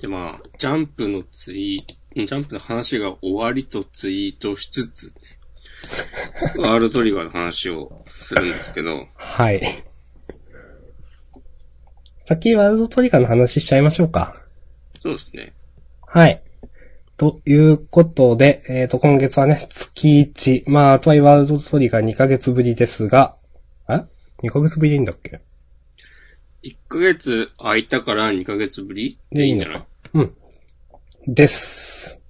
で、まあ、ジャンプのツイジャンプの話が終わりとツイートしつ つ、ワールドトリガーの話をするんですけど、はい。先、ワールドトリガーの話しちゃいましょうか。そうですね。はい。ということで、えっ、と、今月はね、月1。まあ、トワイワールドトリガー2ヶ月ぶりですが、え ?2 ヶ月ぶりでいいんだっけ1ヶ月空いたから2ヶ月ぶりでいいんじゃないうん。です。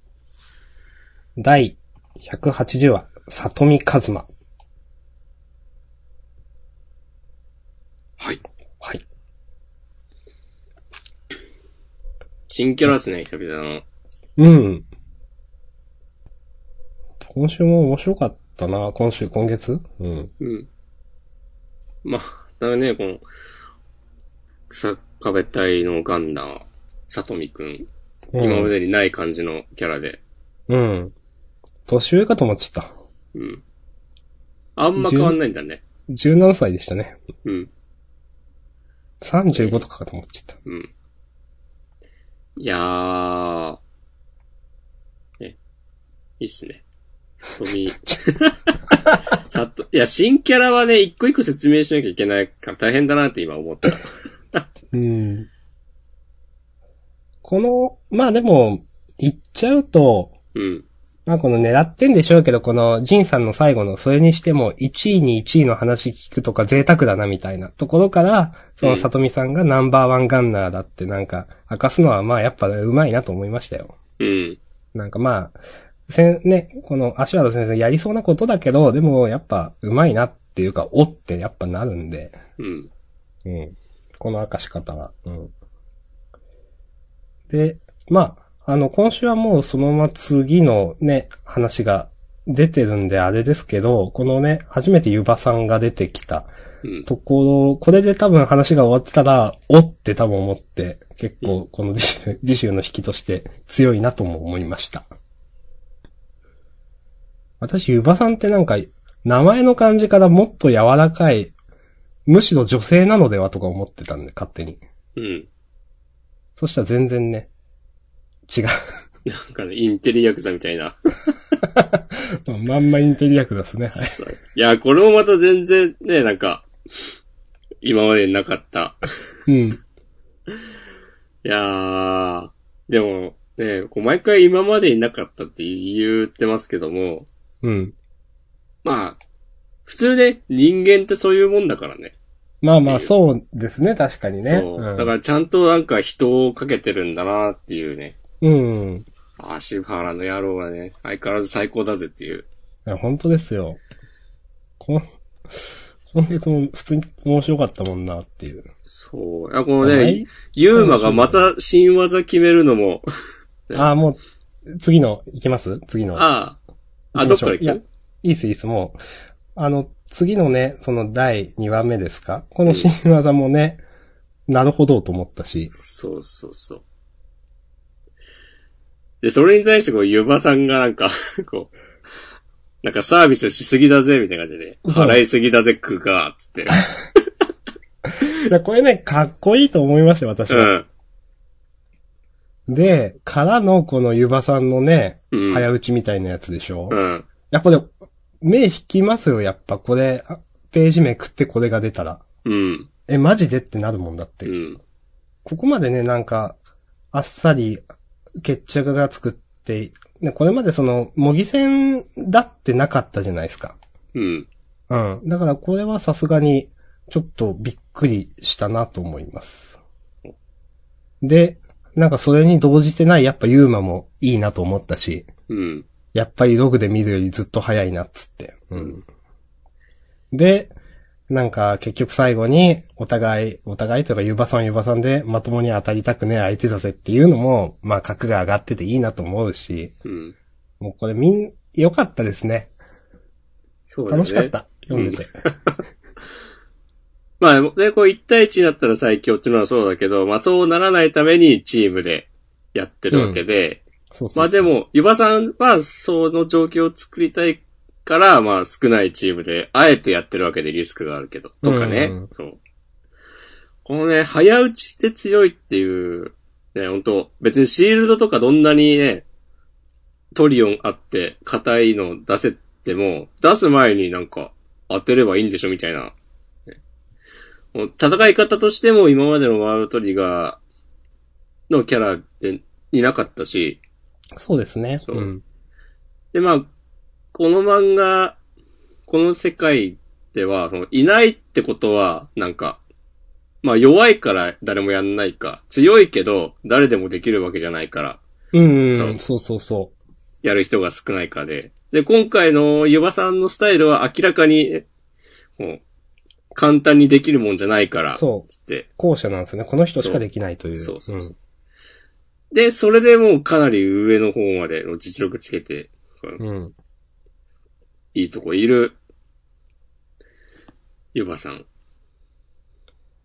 第180話、里見和馬。はい。はい。新キャラですね、久々の。うん。今週も面白かったな、今週、今月うん。うん。まあ、だからね、この、草壁隊のガンダー、さとみくん。今までにない感じのキャラで。うん。年上かと思っちゃった。うん。あんま変わんないんだね。 17歳でしたね。うん。 35とかかと思っちゃっうん。いやー。ね。いいっすね。さとみ。 さと、いや、新キャラはね、一個一個説明しなきゃいけないから大変だなって今思った。た。うん。この、まあでも、言っちゃうと、うん。まあこの狙ってんでしょうけど、このジンさんの最後の、それにしても1位に1位の話聞くとか贅沢だなみたいなところから、その里見さんがナンバーワンガンナーだってなんか、明かすのはまあやっぱうまいなと思いましたよ。うん。なんかまあ、せん、ね、この足原先生やりそうなことだけど、でもやっぱうまいなっていうか、おってやっぱなるんで、うん。うん。この明かし方は。うん。で、まあ、あの、今週はもうそのまま次のね、話が出てるんであれですけど、このね、初めてユバさんが出てきたうん。ところ、これで多分話が終わってたら、おって多分思って、結構この次 週、次週の引きとして強いなとも思いました。私、ゆばさんってなんか、名前の感じからもっと柔らかい、むしろ女性なのではとか思ってたんで、勝手に。うん。そしたら全然ね、違う。なんかね、インテリヤクザみたいな。 まんまインテリアクですね。はいそういや、これもまた全然ね、なんか、今までになかった。うん。いやー、でも、ね、こう毎回今までになかったって言ってますけども、うん。まあ、普通ね、人間ってそういうもんだからね。まあまあ、そうですね、確かにね。そう。だからちゃんとなんか人をかけてるんだなっていうね。うん。いあー、シフハラの野郎はね、相変わらず最高だぜっていう。や、本当ですよ。こん、今月も普通に面白かったもんなっていう。そう。いや、このはねい、ユーマがまた新技決めるのも、ああ、もう、次の、いきます次の。ああ、あ、行きどまっしょかうらいや行くいいっす、いいっす、もう。あの、次のね、その第2話目ですかこの新技もね、なるほどと思ったし。そうそうそう。で、それに対してこう、ゆばさんがなんか、 こう、なんかサービスしすぎだぜ、みたいな感じで、そう払いすぎだぜ、くが、つっ て。いや、これね、かっこいいと思いました、私うは。ん。で、からのこのゆばさんのね、うん早打ちみたいなやつでしょ、うん。やっぱでも、目引きますよ、やっぱこれ、あページめくってこれが出たら。うん。え、マジでってなるもんだって。うん。ここまでね、なんか、あっさり決着がつくって、ね、これまでその、模擬戦だってなかったじゃないですか。うん。うん。だからこれはさすがに、ちょっとびっくりしたなと思います。で、なんかそれに動じてない、やっぱユーマもいいなと思ったし、うん。やっぱりログで見るよりずっと早いなっつって。うん。で、なんか結局最後にお互い、お互いというかユバさんユバさんでまともに当たりたくねえ相手だぜっていうのも、まあ格が上がってていいなと思うし、うん。もうこれみん、良かったですね。そうだね。楽しかった。読んでて。まあ、で、こう、1対1になったら最強っていうのはそうだけど、まあ、そうならないためにチームでやってるわけで、そうそうそまうあで、も、ゆばさんは、その状況を作りたいから、まあ少ないチームで、あえてやってるわけでリスクがあるけど、とかね。うんそう。このね、早打ちで強いっていうね、本当別にシールドとかどんなにね、トリオンあって、硬いの出せっても、出す前になんか、当てればいいんでしょみたいな。ねもう戦い方としても今までのワールドトリガーのキャラで、いなかったし、そうですね。そううん。で、まあ、この漫画、この世界では、そのいないってことは、なんか、まあ弱いから誰もやんないか、強いけど誰でもできるわけじゃないから、うん、うそん。うそうそうそやる人が少ないかで。で、今回のユバさんのスタイルは明らかに、もう、簡単にできるもんじゃないから、う。そう。つって。後者なんですよね。この人しかできないという。そうそうそうで、それでもうかなり上の方までの実力つけて、うん。うん。いいとこいる、ユバさん。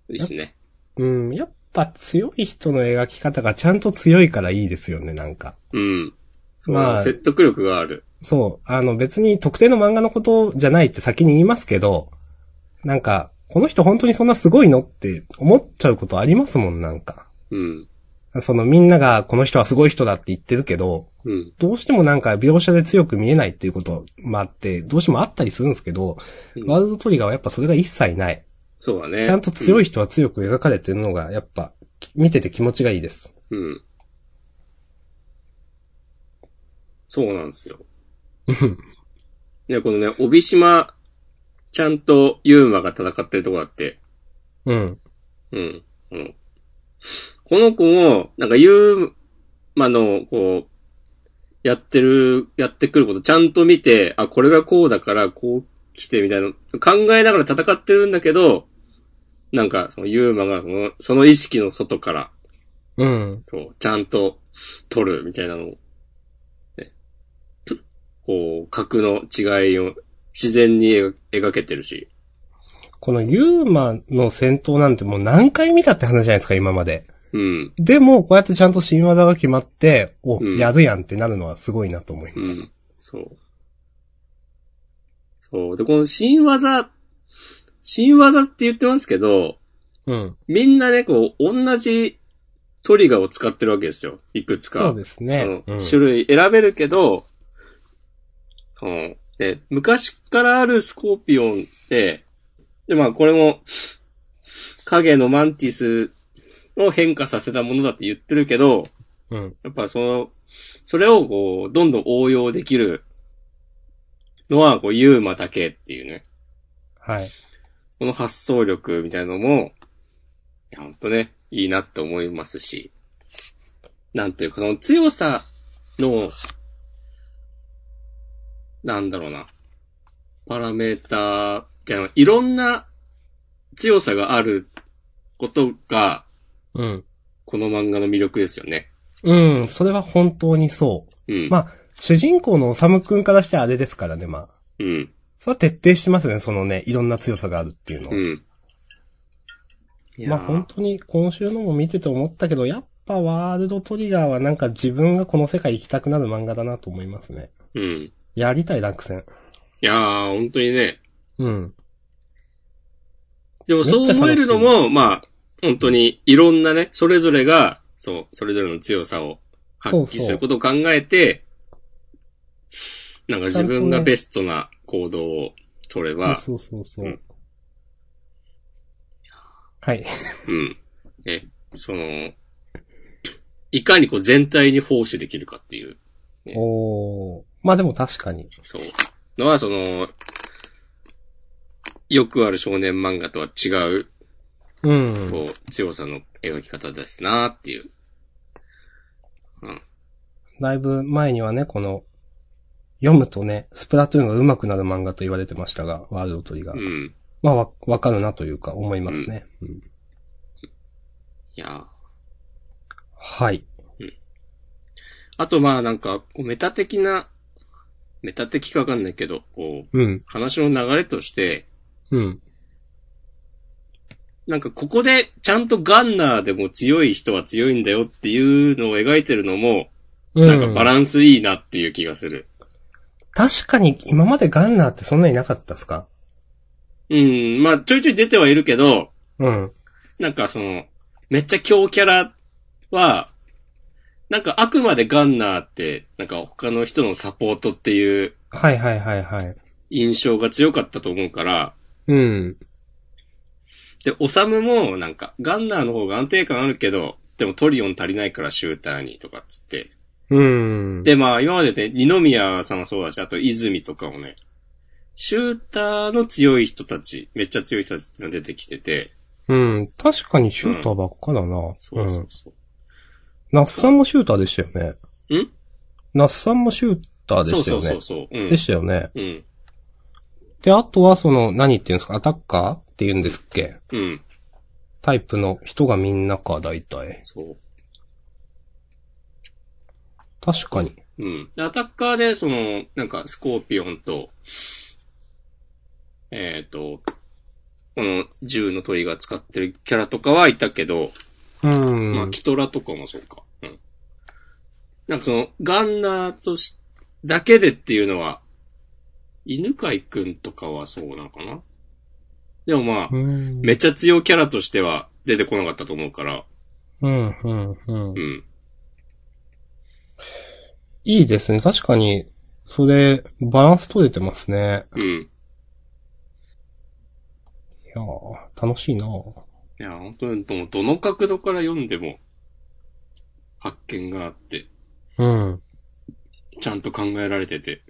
ですね。うん、やっぱ強い人の描き方がちゃんと強いからいいですよね、なんか。うん。そうまあ、説得力がある。そう、あの別に特定の漫画のことじゃないって先に言いますけど、なんか、この人本当にそんなすごいのって思っちゃうことありますもん、なんか。うん。そのみんながこの人はすごい人だって言ってるけど、うん。どうしてもなんか描写で強く見えないっていうこともあって、どうしてもあったりするんですけど、うんワールドトリガーはやっぱそれが一切ない。そうだね。ちゃんと強い。い人は強く描かれてるのが、やっぱ、き見てて気持ちがいいです。うん。そうなんですよ。ね、このね、帯島ちゃんとユーマが戦ってるとこだって。うん。うん。うん、この子も、なんかユーマの、こう、やってる、やってくることちゃんと見て、あ、これがこうだから、こう来てみたいな、考えながら戦ってるんだけど、なんか、そのユーマがその、その意識の外から、うん。こう、ちゃんと取るみたいなのを、ね、こう、格の違いを自然に描描けてるし。このユーマの戦闘なんてもう何回見たって話じゃないですか、今まで。うん、でも、こうやってちゃんと新技が決まって、お、うんやるやんってなるのはすごいなと思います。うん、そう。そう。で、この新技、新技って言ってますけど、うん。みんなね、こう、同じトリガーを使ってるわけですよ。いくつか。そうですね。そうんの種類選べるけど、そので昔からあるスコーピオンって、で、まあこれも、影のマンティスを変化させたものだって言ってるけど、うん。やっぱその、それをこう、どんどん応用できるのは、こう、ユーマだけっていうね。はい。この発想力みたいなのも、いや、ほんとね、いいなって思いますし、なんというか、その強さの、なんだろうな、パラメーターみたいな、いろんな強さがあることが、うん。この漫画の魅力ですよね。うん、それは本当にそう。うん。まあ、主人公のおさむくんからしてあれですからね、まあ。うん。それは徹底してますね、そのね、いろんな強さがあるっていうのは。うん。いやまあー本当に今週のも見てて思ったけど、やっぱワールドトリガーはなんか自分がこの世界行きたくなる漫画だなと思いますね。うん。いやりたい落選。やー、本当にね、うん。でもそう思えるのめっも、まあ、本当にいろんなね、それぞれが、そう、それぞれの強さを発そうそ揮うすることを考えて、なんか自分ちゃんとがねベストな行動を取れば、そうそうそうそう。うんはい。うん。え、その、いかにこう全体に奉仕できるかっていう、ね おー。まあでも確かに。そう。のは、その、よくある少年漫画とは違う、うん。こう、強さの描き方ですなっていう。だいぶ前にはね、この、読むとね、スプラトゥーンが上手くなる漫画と言われてましたが、ワールドトリガうー。ん。まあわ、わかるなというか、思いますね。うんいやーはい。あとまあなんか、こうメタ的な、メタ的かわかんないけど、こう、うん。話の流れとして、うん。なんかここでちゃんとガンナーでも強い人は強いんだよっていうのを描いてるのも、なんかバランスいいなっていう気がする。確かに今までガンナーってそんなになかったっすかうん、まあちょいちょい出てはいるけど、うん。なんかその、めっちゃ強キャラは、なんかあくまでガンナーって、なんか他の人のサポートっていうはいはいはいはい。印象が強かったと思うから、うん。で、オサムもなんかガンナーの方が安定感あるけど、でもトリオン足りないからシューターにとかっつって。うん。で、まあ今までね、二宮さんもそうだし、あと泉とかもね、シューターの強い人たち、めっちゃ強い人たちが出てきてて、うん。確かにシューターばっかだな。そうそうそう。ナッサンもシューターでしたよね。んナッサンもシューターでそうしたよそうね。そうそう。うでん。したよね。うん。で、あとはその、何っていうんですか、アタッカーって言うんですっけうん。タイプの人がみんなか、大体。そう。確かに。うん。で、アタッカーで、その、なんか、スコーピオンと、えっ、と、この銃の鳥が使ってるキャラとかはいたけど、うん。まあ、キトラとかもそうか。うん。なんかその、ガンナーとし、だけでっていうのは、犬飼くんとかはそうなのかなでもまあ、うん。めっちゃ強いキャラとしては出てこなかったと思うから、うん、うん、うう。んん。いいですね。確かに、それ、バランス取れてますね。うん。いやー楽しいなぁいや、本当に、どどの角度から読んでも、発見があって、うん。ちゃんと考えられてて。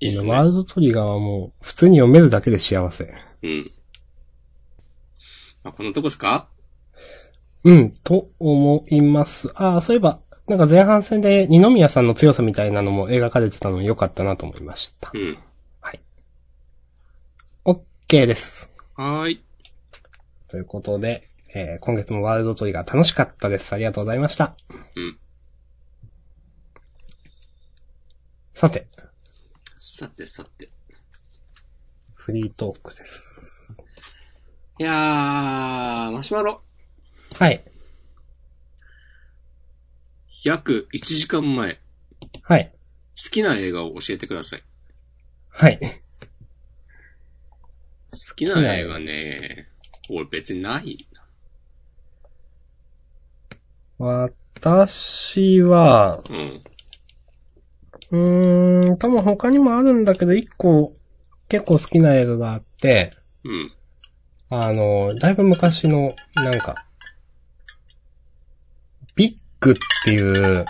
いいっすワーね。ルドトリガーはもう、普通に読めるだけで幸せ。うん。まあ、こんなとこですかうん、と思います。ああ、そういえば、なんか前半戦で二宮さんの強さみたいなのも描かれてたの良かったなと思いましたう。ん。 OK です。はーい。ということで、えー今月もワールドトリガー楽しかったです。ありがとうございました。うん。さて、さてさて。フリートークです。いやー、マシュマロ。はい。約1時間前、好はい。きな映画を教えてください。はい。好きな映画ね、俺別にないな。私は、うん。うーん、多分他にもあるんだけど、一個結構好きな映画があって、うん。あの、だいぶ昔の、なんか、ビッグっていう、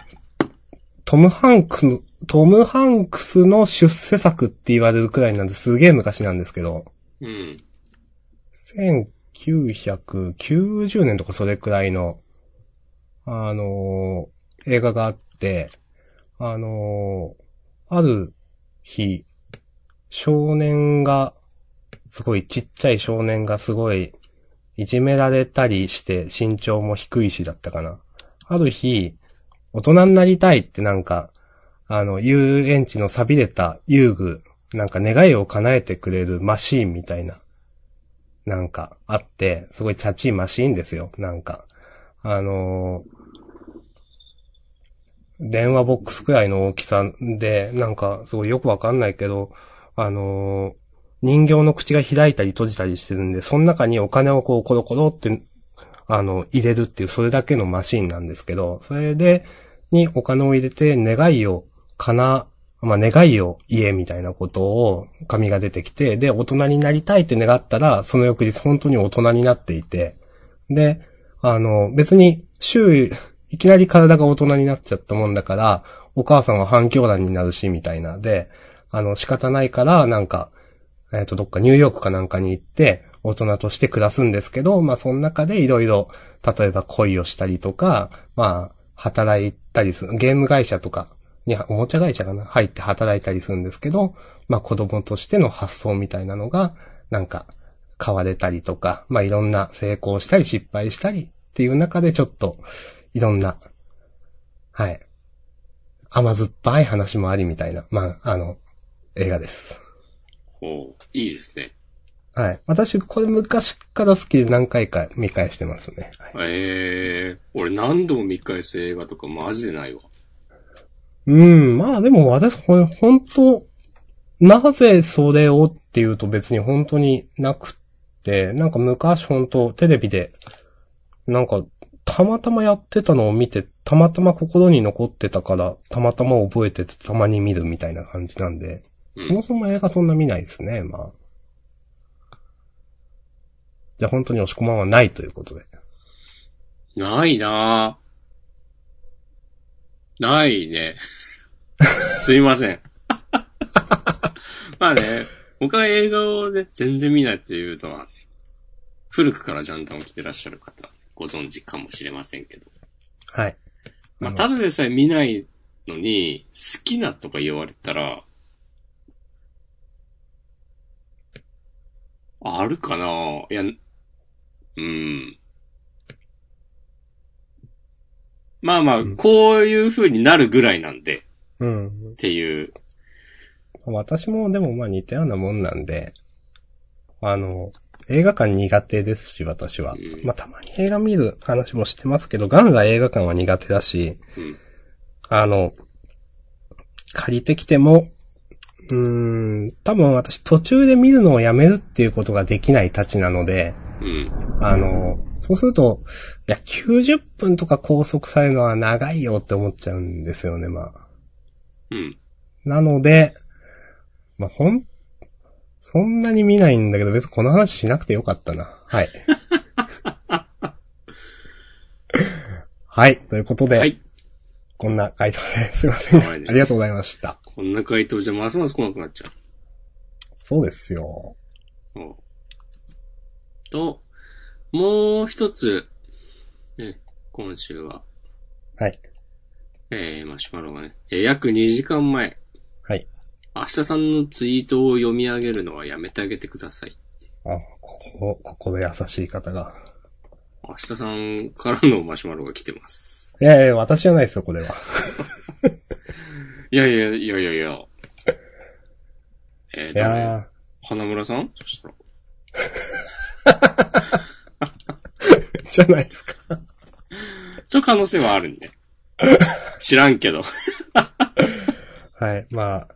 トム・ハンクスの、トム・ハンクスの出世作って言われるくらいなんですげえ昔なんですけど、うん。 1990年とかそれくらいの、あのー映画があって、あのーある日、少年が、すごいちっちゃい少年がすごい、いじめられたりして身長も低いしだったかな。ある日、大人になりたいってなんか、あの、遊園地の錆びれた遊具、なんか願いを叶えてくれるマシーンみたいななんか、あって、すごいチャチいマシーンですよ、なんか。あのー電話ボックスくらいの大きさで、なんか、すごいよくわかんないけど、あのー人形の口が開いたり閉じたりしてるんで、その中にお金をこう、コロコロって、あの、入れるっていう、それだけのマシーンなんですけど、それで、にお金を入れて、願いを、かな、まあ、願いを言えみたいなことを、紙が出てきて、で、大人になりたいって願ったら、その翌日本当に大人になっていて、で、あの、別に、周囲、いきなり体が大人になっちゃったもんだから、お母さんは反響団になるし、みたいな。で、あの、仕方ないから、なんか、えっ、と、どっかニューヨークかなんかに行って、大人として暮らすんですけど、まあ、その中でいろいろ、例えば恋をしたりとか、まあ、働いたりする、ゲーム会社とか、に、おもちゃ会社かな、入って働いたりするんですけど、まあ、子供としての発想みたいなのが、なんか、買われたりとか、まあ、いろんな成功したり失敗したりっていう中でちょっと、いろんな、はい。甘酸っぱい話もありみたいな、まあ、あの、映画です。ほう。いいですね。はい。私、これ昔から好きで何回か見返してますね。はいええ俺何度も見返す映画とかマジでないわ。うん、まあでも私、これ本当、なぜそれをっていうと別に本当になくって、なんか昔本当テレビで、なんかたまたまやってたのを見て、たまたま心に残ってたから、たまたま覚えてて、たまに見るみたいな感じなんで、そもそも映画そんな見ないですね、まあ。じゃあ本当に押し込まんはないということで。ないなぁ。ないね。 すいません。 まあね、僕は映画をね、全然見ないっていうのは、古くからジャンダンを着てらっしゃる方はご存知かもしれませんけど。はい。まあ、うんただでさえ見ないのに、好きなとか言われたら、あるかないや、うん。まあまあう、んこういう風になるぐらいなんで、うっ。んていう。私もでもまあ似たようなもんなんで、あの、映画館苦手ですし、私はう。んまあたまに映画見る話もしてますけど、元来映画館は苦手だし、うん。あの、借りてきても、うーん、多分私途中で見るのをやめるっていうことができないたちなので、うん。あの、そうすると、いや、90分とか拘束されるのは長いよって思っちゃうんですよね、まあ。うん。なので、まあ、ほん、そんなに見ないんだけど、別にこの話しなくてよかったな。 はい。はい、ということで、はい。こんな回答ですいません。はいありがとうございました。こんな回答じゃますます来なくなっちゃそうですよ。う。おうと、もう一つ、ね、今週は、はい。えー、マシュマロがね、えー約2時間前、はい。明日さんのツイートを読み上げるのはやめてあげてください。あ、ここ、心優しい方が。明日さんからのマシュマロが来てます。いやいや、私じゃないですよ、これは。いやいやいやいやいや。えー、いや誰ー。花村さんそしたら。じゃないですか。そう可能性はあるんで。知らんけど。はい。まあ、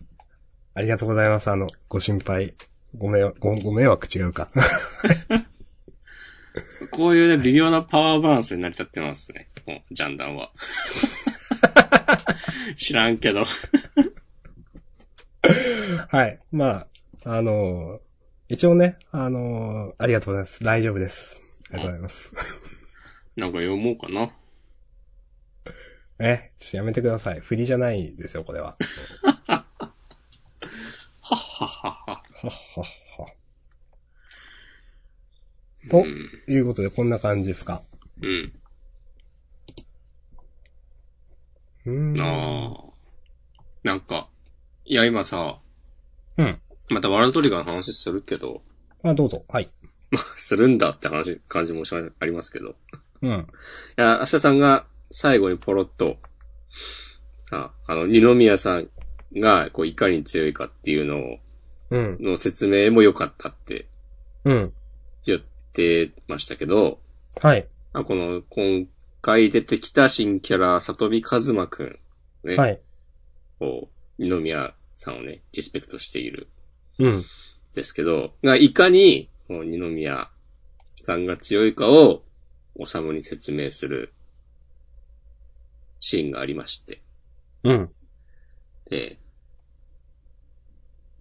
ありがとうございます。あの、ご心配。ご迷惑、ごご迷惑違うか。こういうね、微妙なパワーバランスに成り立ってますね。もう、ジャンダン は。知らんけど。はい。まあ、あのー一応ね、あのーありがとうございます。大丈夫です。ありがとうございます。なんか読もうかな。 え、ちょっとやめてください。振りじゃないですよ、これは。はっはっはっは。はっはっは。うとん。いうことで、こんな感じですか。うん。うーん。ああ。なんか、いや今さ、うん。またワールドトリガーの話するけど、まあ、どうぞ。はい。するんだって話、感じもしありますけど。いうん。や、明日さんが最後にポロッと、ああの、二宮さんが、こう、いかに強いかっていうのを、うん。の説明も良かったってうん。言ってましたけど、はい。あこの、今回出てきた新キャラ、里見和馬くん、ね、はい。こう、二宮さんをね、リスペクトしているうん。ですけど、が、いかに、この二宮さんが強いかを、おさむに説明するシーンがありまして。うん。で、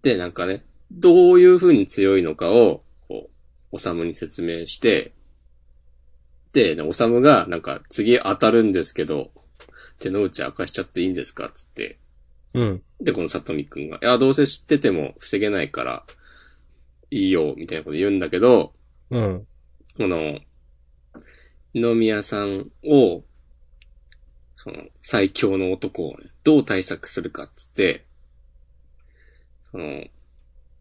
で、なんかね、どういう風に強いのかを、こう、おさむに説明して、で、ねおさむが、なんか、次当たるんですけど、手の内明かしちゃっていいんですかつって、うん。で、この里見くんが、いや、どうせ知ってても防げないから、いいよ、みたいなこと言うんだけど、うん。この、二宮さんを、その、最強の男をね、どう対策するかっつって、その、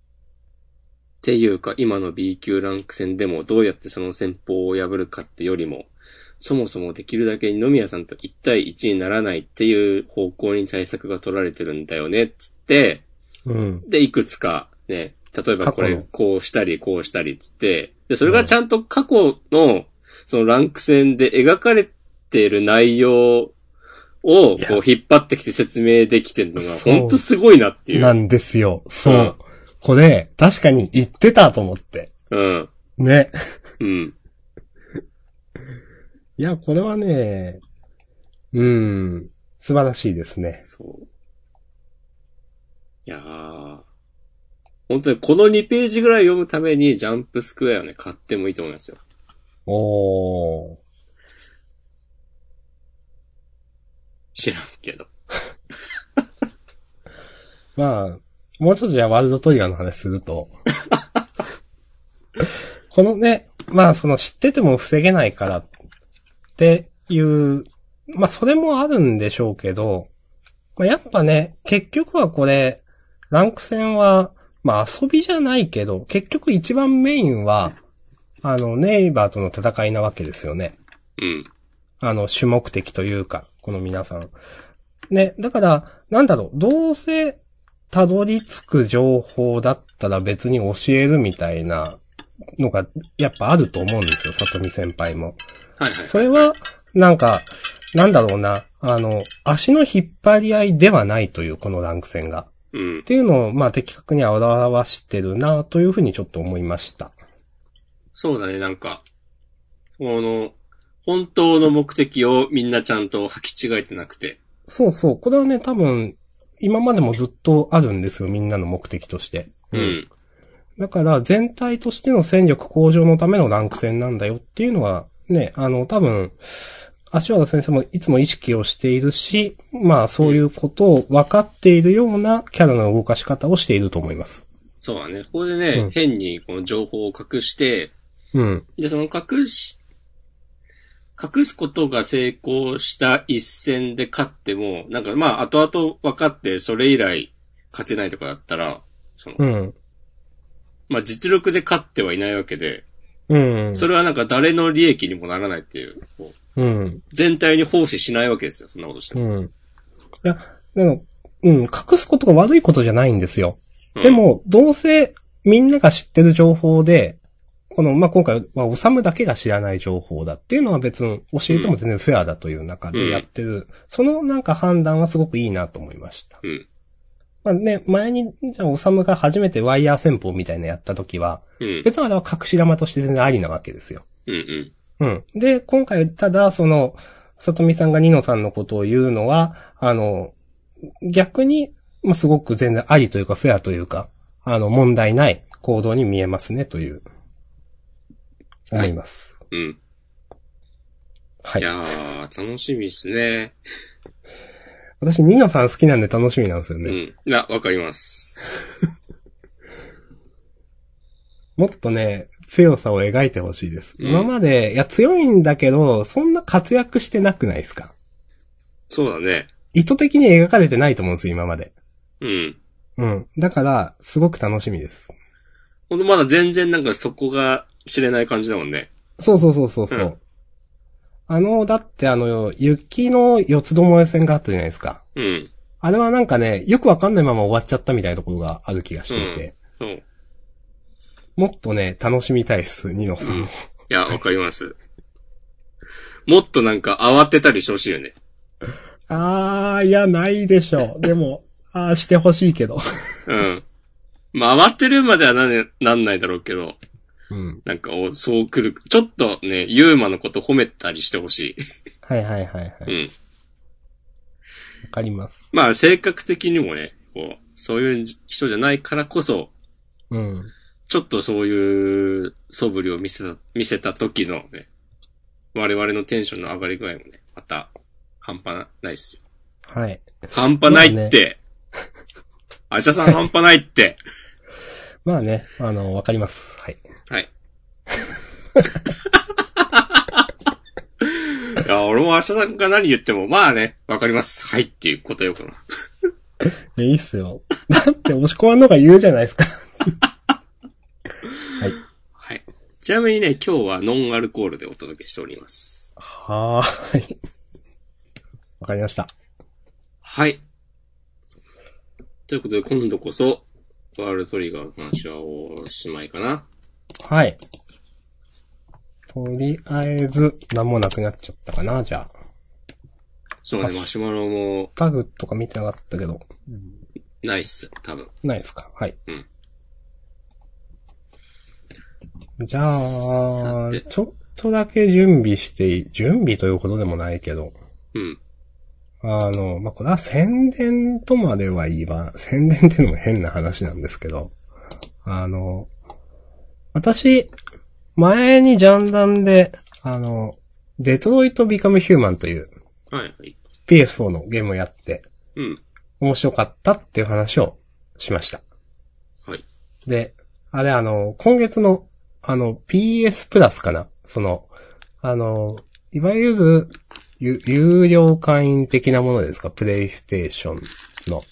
っていうか、今の B 級ランク戦でもどうやってその戦法を破るかってよりも、そもそもできるだけ二宮さんと1対1にならないっていう方向に対策が取られてるんだよね、っつって、うん。で、いくつか、ね、例えばこ過去れの、こうしたり、こうしたりっつって、で、それがちゃんと過去の、そのランク戦で描かれている内容を、こいやう引っ張ってきて説明できてるのが、そうほんとすごいなっていなう。んですよ。そう。うんこれ、確かに言ってたと思って。うん。ね。うん。いや、これはね、うん、素晴らしいですね。そう。いやー。本当にこの2ページぐらい読むためにジャンプスクエアをね、買ってもいいと思いますよ。おー。知らんけど。まあ、もうちょっとじゃあワールドトリガーの話する と。このね、まあその知ってても防げないからっていう、まあそれもあるんでしょうけど、まあやっぱね、結局はこれ、ランク戦は、まあ遊びじゃないけど、結局一番メインは、あの、ネイバーとの戦いなわけですよね。うん。あの、主目的というか、この皆さん。ね、だから、なんだろう、どうせ、たどり着く情報だったら別に教えるみたいなのが、やっぱあると思うんですよ、里見先輩も。はいはい。それは、なんか、なんだろうな、あの、足の引っ張り合いではないという、このランク戦が。うんっ。ていうのを、まあ、的確に表してるな、というふうにちょっと思いました。そうだね、なんか。その、本当の目的をみんなちゃんと履き違えてなくて。そうそう、これはね、多分、今までもずっとあるんですよ、みんなの目的として。うん。だから全体としての戦力向上のためのランク戦なんだよっていうのは、ね、あの、多分、足原先生もいつも意識をしているし、まあそういうことを分かっているようなキャラの動かし方をしていると思います。そうだね。ここでね、うん変にこの情報を隠して、うん。で、その隠し、隠すことが成功した一戦で勝っても、なんかまあ後々分かってそれ以来勝てないとかだったら、その、うん。まあ実力で勝ってはいないわけで、うん。それはなんか誰の利益にもならないっていう、こううん。全体に奉仕しないわけですよ、そんなことしてうも。ん。いや、でも、うん、隠すことが悪いことじゃないんですよ。でも、どうせ、みんなが知ってる情報で、この、まあ、今回は、おさむだけが知らない情報だっていうのは別に教えても全然フェアだという中でやってる、そのなんか判断はすごくいいなと思いました。うんまあね、前に、じゃあ、おさむが初めてワイヤー戦法みたいなのやった時は、うん。うん。別にあれは隠し玉として全然ありなわけですよ。うんうん。うん。で、今回、ただ、その、里見さんがニノさんのことを言うのは、あの、逆に、まあ、すごく全然ありというか、フェアというか、あの、問題ない行動に見えますね、という、思います。うん。はいい。やー、楽しみですね。私、ニノさん好きなんで楽しみなんですようね。ん。いや、わかります。もっとね、強さを描いてほしいです。うん今まで、いや、強いんだけど、そんな活躍してなくないですかそうだね。意図的に描かれてないと思うんですよ、今まで。うん。うん。だから、すごく楽しみです。ほんとまだ全然なんかそこが知れない感じだもんね。そうそうそうそうそう。うんあの、だってあの、雪の四つどもえ戦があったじゃないですか。うん。あれはなんかね、よくわかんないまま終わっちゃったみたいなところがある気がしていて、そう。いもっとね、楽しみたいです、ニノさんも。や、わかります。もっとなんか慌てたりしてほしいよね。あー、いや、ないでしょう。でも、あー、してほしいけど。うん。まあ、慌てるまではなね、なんないだろうけど、うん。なんか、お、そう来る。ちょっとね、ユーマのこと褒めたりしてほしはいはいはいはい。わい。うん。かります。まあ、性格的にもね、こう、そういう人じゃないからこそ、うん。ちょっとそういう素振りを見せた、見せた時のね、我々のテンションの上がり具合もね、また、半端ないっすよ。はい。半端ないって、あしゃさん半端ないって、まあね、あの、わかります。はい。はい。 いや、俺も明日さんが何言っても、まあね、わかります。はいっていうことよ、この。いやいいっすよ。だって、押し込まんのが言うじゃないです か。はい。はい。ちなみにね、今日はノンアルコールでお届けしております。はーい。わかりました。はい。ということで、今度こそ、ワールドトリガーの話はおしまいかな。はい。とりあえず、なんもなくなっちゃったかな、じゃあ。そうね、マシュマロもタグとか見てなかったけど、ないっす、多分。ないですか。はい。うんじゃあさ、てちょっとだけ準備してい、準備ということでもないけど、うん。あの、まあ、これは宣伝とまでは言えば、宣伝っていうのも変な話なんですけど、あの、私、前にジャンダンで、あの、デトロイトビカムヒューマンというはい、はい。 PS4 のゲームをやって、うん。面白かったっていう話をしました。はい。で、あれあの、今月の、あの、PS プラスかなその、あの、いわゆる、ゆ有料会員的なものですかプレイステーションの。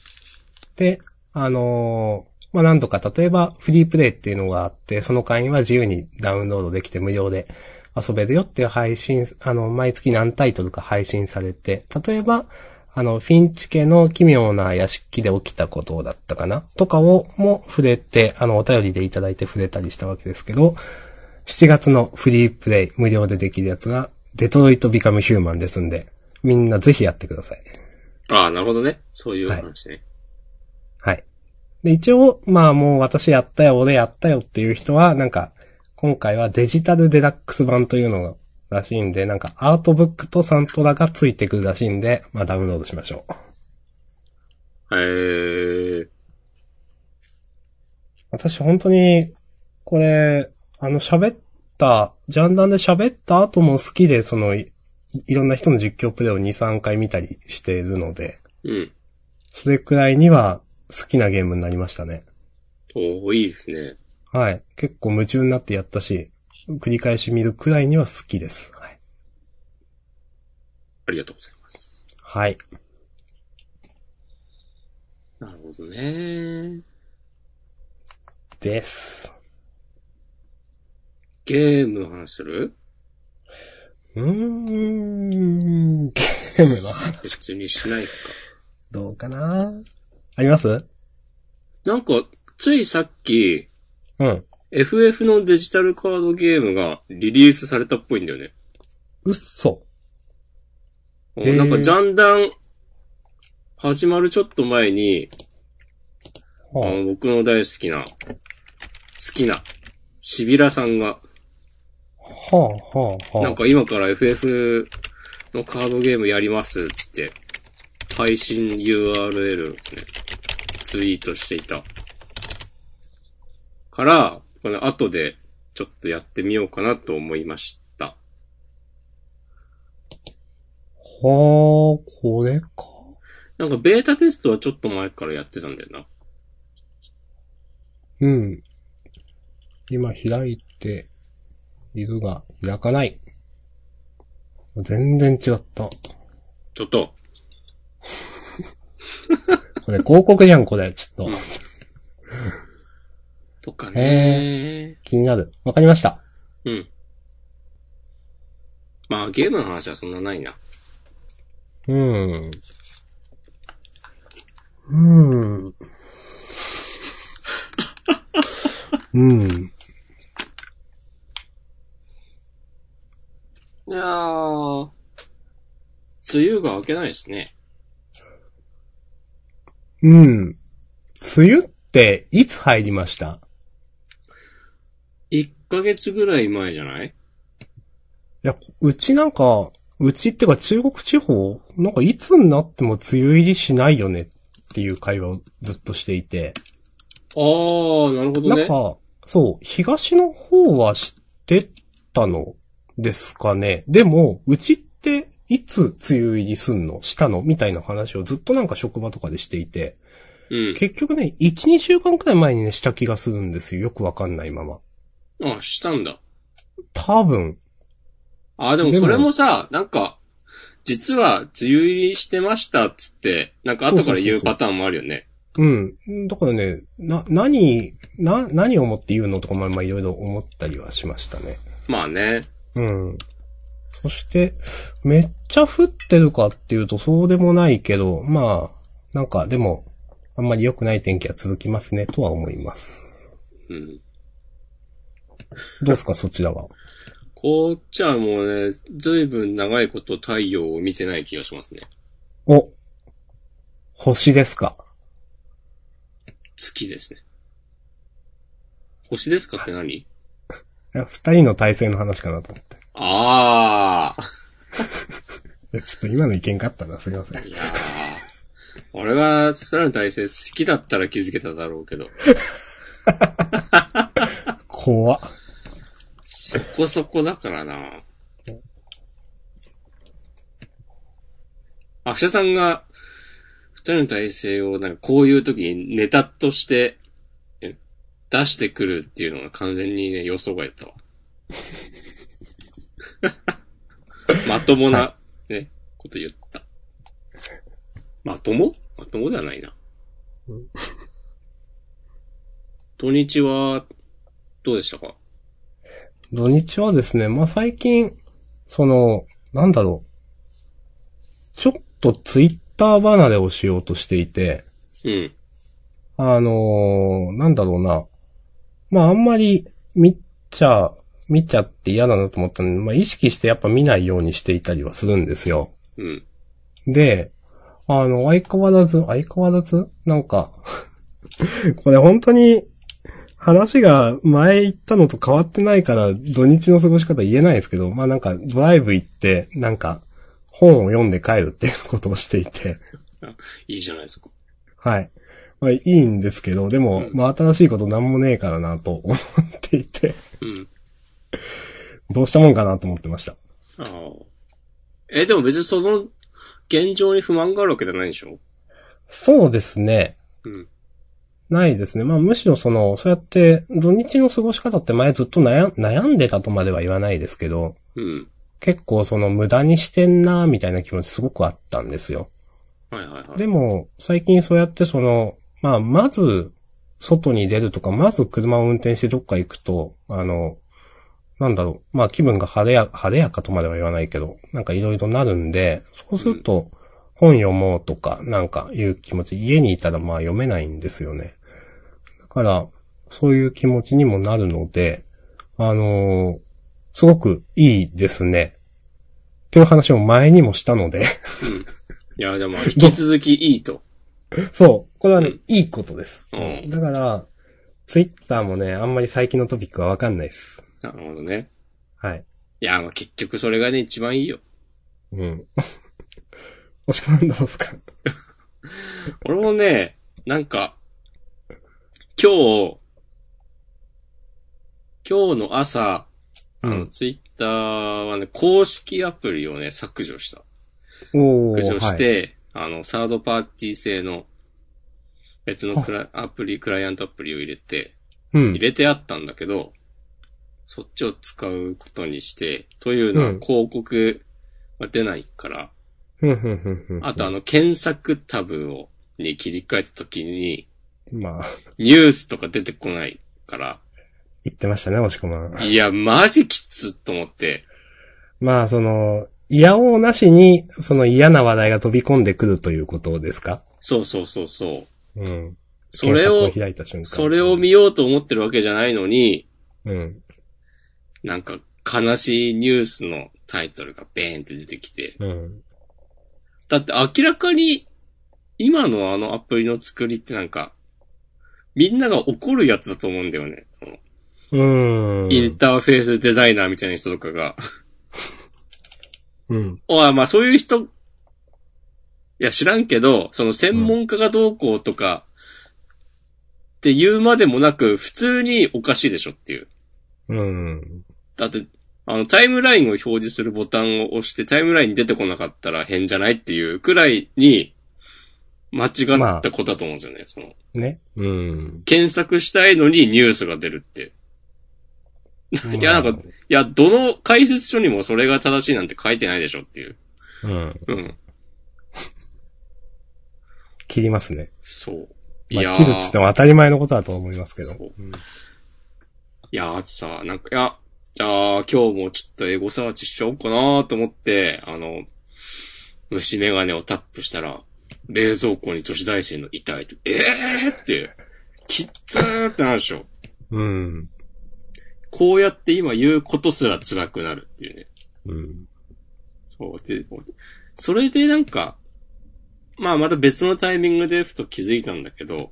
で、あのまあ、何度か、例えば、フリープレイっていうのがあって、その会員は自由にダウンロードできて無料で遊べるよっていう配信、あの、毎月何タイトルか配信されて、例えば、あの、フィンチ家の奇妙な屋敷で起きたことだったかなとかを、も触れて、あの、お便りでいただいて触れたりしたわけですけど、7月のフリープレイ無料でできるやつが、デトロイトビカムヒューマンですんで、みんなぜひやってください。ああ、なるほどね。そういう話ね。はい。で、一応、まあもう私やったよ、俺やったよっていう人は、なんか、今回はデジタルデラックス版というのらしいんで、なんかアートブックとサントラがついてくるらしいんで、まあダウンロードしましょう。へえ。私本当に、これ、あの喋った、ジャンダンで喋った後も好きで、そのい、いろんな人の実況プレイを2、3回見たりしているので、うん。それくらいには好きなゲームになりましたね。おおいいですね。はい。結構夢中になってやったし、繰り返し見るくらいには好きです。はい。ありがとうございます。はい。なるほどね。です。ゲームの話するうーん、ゲームの、別にしないか。どうかなありますなんか、ついさっき、うん。 FF のデジタルカードゲームがリリースされたっぽいんだよね。嘘。おへーなんか、ジャンダン、始まるちょっと前に、あはの僕の大好きな、好きな、シビラさんが、あ、はあ、はあ、はあ。なんか今から FF のカードゲームやりますっつって、配信 URL をですね、ツイートしていた。から、この後でちょっとやってみようかなと思いました。はあ、これか。なんかベータテストはちょっと前からやってたんだよな。うん。今開いているが、開かない。全然違った。ちょっと、これ広告じゃん、これ。ちょっと。とかね。気になる。わかりました。うん。まあゲームの話はそんなないな。うん。うん。うん。いやー、梅雨が明けないですね。うん。梅雨って、いつ入りました1ヶ月ぐらい前じゃないいや、うちなんか、うちってか中国地方、なんかいつになっても梅雨入りしないよねっていう会話をずっとしていて。あー、なるほどなんね。か、そう、東の方は知ってたのですかね。でも、うちって、いつ梅雨入りすんのしたのみたいな話をずっとなんか職場とかでしていて。うん。結局ね、1、2週間くらい前にね、した気がするんですよ。よくわかんないまま。あ、したんだ。多分。あ、でもでもそれもさ、なんか、実は梅雨入りしてましたっつって、なんか後から言うパターンもあるよね。うん。だからね、な、何、な、何を思って言うのとかも、まあ、いろいろ思ったりはしましたね。まあね。うん。そして、めっちゃ降ってるかっていうとそうでもないけど、まあ、なんかでも、あんまり良くない天気は続きますね、とは思います。うん。どうですか、そちらは。こっちはもうね、ずいぶん長いこと太陽を見てない気がしますね。お星ですか月ですね。星ですかって何いや二人の体制の話かなと思って。ああ。いやちょっと今の意見があったな、すいません。いやー。俺は、桜の大戦好きだったら気づけただろうけど、怖っそこそこだからな。アクシャさんが、二人の体制を、なんかこういう時にネタとして、え出してくるっていうのが完全にね、予想外だ ったわ。まともな、ね、こと言った。まともまともではないなうん。土日は、どうでしたか土日はですね、まあ、最近、その、なんだろう。ちょっとツイッター離れをしようとしていて、うん。あのーなんだろうな。まあ、あんまり見ちゃ、見ちゃって嫌だなと思ったので、まあ、意識してやっぱ見ないようにしていたりはするんですよ。うん。で、あの、相変わらず、相変わらずなんか、 これ本当に、話が前言ったのと変わってないから、土日の過ごし方言えないですけど、まあなんか、ドライブ行って、なんか、本を読んで帰るっていうことをしていて、いいじゃないですか。はい。まあいいんですけど、でも、まあ新しいことなんもねえからなと思っていて、 うん。どうしたもんかなと思ってました。ああ。え、でも別にその現状に不満があるわけじゃないでしょそうですね。うん。ないですね。まあむしろその、そうやって土日の過ごし方って前ずっと悩ん悩んでたとまでは言わないですけど、うん。結構その無駄にしてんなーみたいな気持ちすごくあったんですよ。はいはいはい。でも最近そうやってその、まあまず外に出るとか、まず車を運転してどっか行くと、あの、なんだろう、まあ気分が晴れや、晴れやかとまでは言わないけど、なんかいろいろなるんで、そうすると本読もうとか、なんかいう気持ち、家にいたらまあ読めないんですよね。だから、そういう気持ちにもなるので、あのーすごくいいですね。っていう話を前にもしたので、いや、でも引き続きいい と。そう。これはね、うんいいことです。うんだから、ツイッターもね、あんまり最近のトピックはわかんないです。なるほどね。はい。いや、まあ結局それがね、一番いいよ。うん。 おしくなんだろうっすか。俺もね、なんか、今日、今日の朝、あうの、んツイッターはね、公式アプリをね、削除した。お削除しはい、て、あの、サードパーティー製の別のクラアプリ、クライアントアプリを入れて、う入ん。れてあったんだけど、そっちを使うことにして、というのはうん広告は出ないから、ふんふんふんふん。あとあの、検索タブを、に切り替えた時に、まあ、ニュースとか出てこないから、言ってましたね、おしくまん。いや、マジきつっと思って、まあ、その、嫌おうなしに、その嫌な話題が飛び込んでくるということですかそうそうそうそう。うん。それを検索、開いた瞬間それを見ようと思ってるわけじゃないのに、うん。なんか悲しいニュースのタイトルがベーンって出てきて。うん。だって明らかに今のあのアプリの作りってなんか、みんなが怒るやつだと思うんだよね。そのうん。インターフェースデザイナーみたいな人とかが。うん。おいまあそういう人、いや知らんけど、その専門家がどうこうとか、って言うまでもなく、普通におかしいでしょっていう。うん。だって、あの、タイムラインを表示するボタンを押して、タイムラインに出てこなかったら変じゃないっていうくらいに、間違ったことだと思うんですよね。その、ね。うん。検索したいのにニュースが出るって。 いや、なんか、いや、どの解説書にもそれが正しいなんて書いてないでしょっていう。うん。うん。切りますね。そう。いまやあ、切るっつってー、も当たり前のことだと思いますけど。そううんいやーさ、なんか、いや、じゃあ、今日もちょっとエゴサーチしちゃおうかなーと思って、あの、虫眼鏡をタップしたら、冷蔵庫に女子大生の遺体と、えーって、きっつーってなるでしょ。うん。こうやって今言うことすら辛くなるっていうね。うん。そう、で、それでなんか、まあまた別のタイミングでふと気づいたんだけど、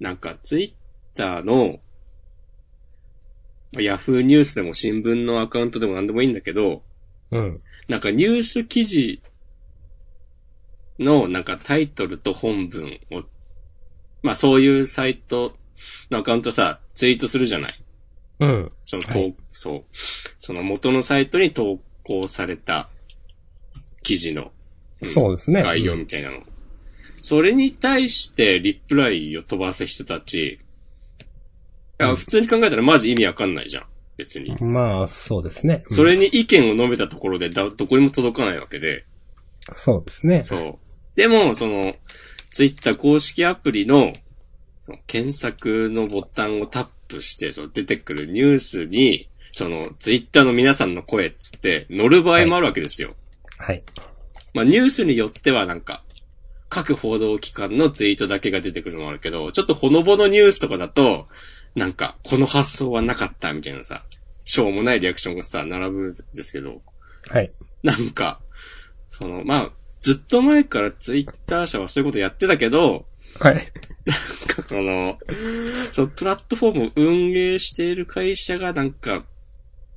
なんかツイッターの、まあヤフーニュースでも新聞のアカウントでも何でもいいんだけど、うん。なんかニュース記事のなんかタイトルと本文を、まあそういうサイトのアカウントさ、ツイートするじゃないうん。その、は投いそう。その元のサイトに投稿された記事のそうですね。概要みたいなの。それに対してリプライを飛ばす人たち、いやうん普通に考えたらマジ意味わかんないじゃん。別に。うんまあ、そうですね。うんそれに意見を述べたところでだどこにも届かないわけで。そうですね。そう。でも、その、ツイッター公式アプリの、その検索のボタンをタップして、その出てくるニュースに、その、ツイッターの皆さんの声っつって、乗る場合もあるわけですよ。はい。まあ、ニュースによってはなんか、各報道機関のツイートだけが出てくるのもあるけど、ちょっとほのぼのニュースとかだと、なんか、この発想はなかったみたいなさ、しょうもないリアクションがさ、並ぶんですけど、はい。 なんか、その、まあ、ずっと前からツイッター社はそういうことやってたけど、はい。なんかその、そのプラットフォームを運営している会社がなんか、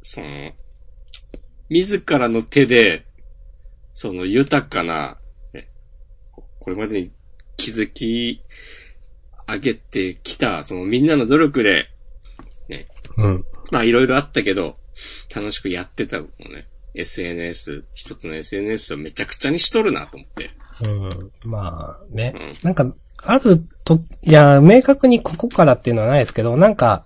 その、自らの手で、その豊かな、ねこれまでに築き上げてきた、そのみんなの努力で、うん。まあいろいろあったけど、楽しくやってたのね。SNS、一つの SNS をめちゃくちゃにしとるなと思って。うん。まあねう。ん。なんか、あると、いや、明確にここからっていうのはないですけど、なんか、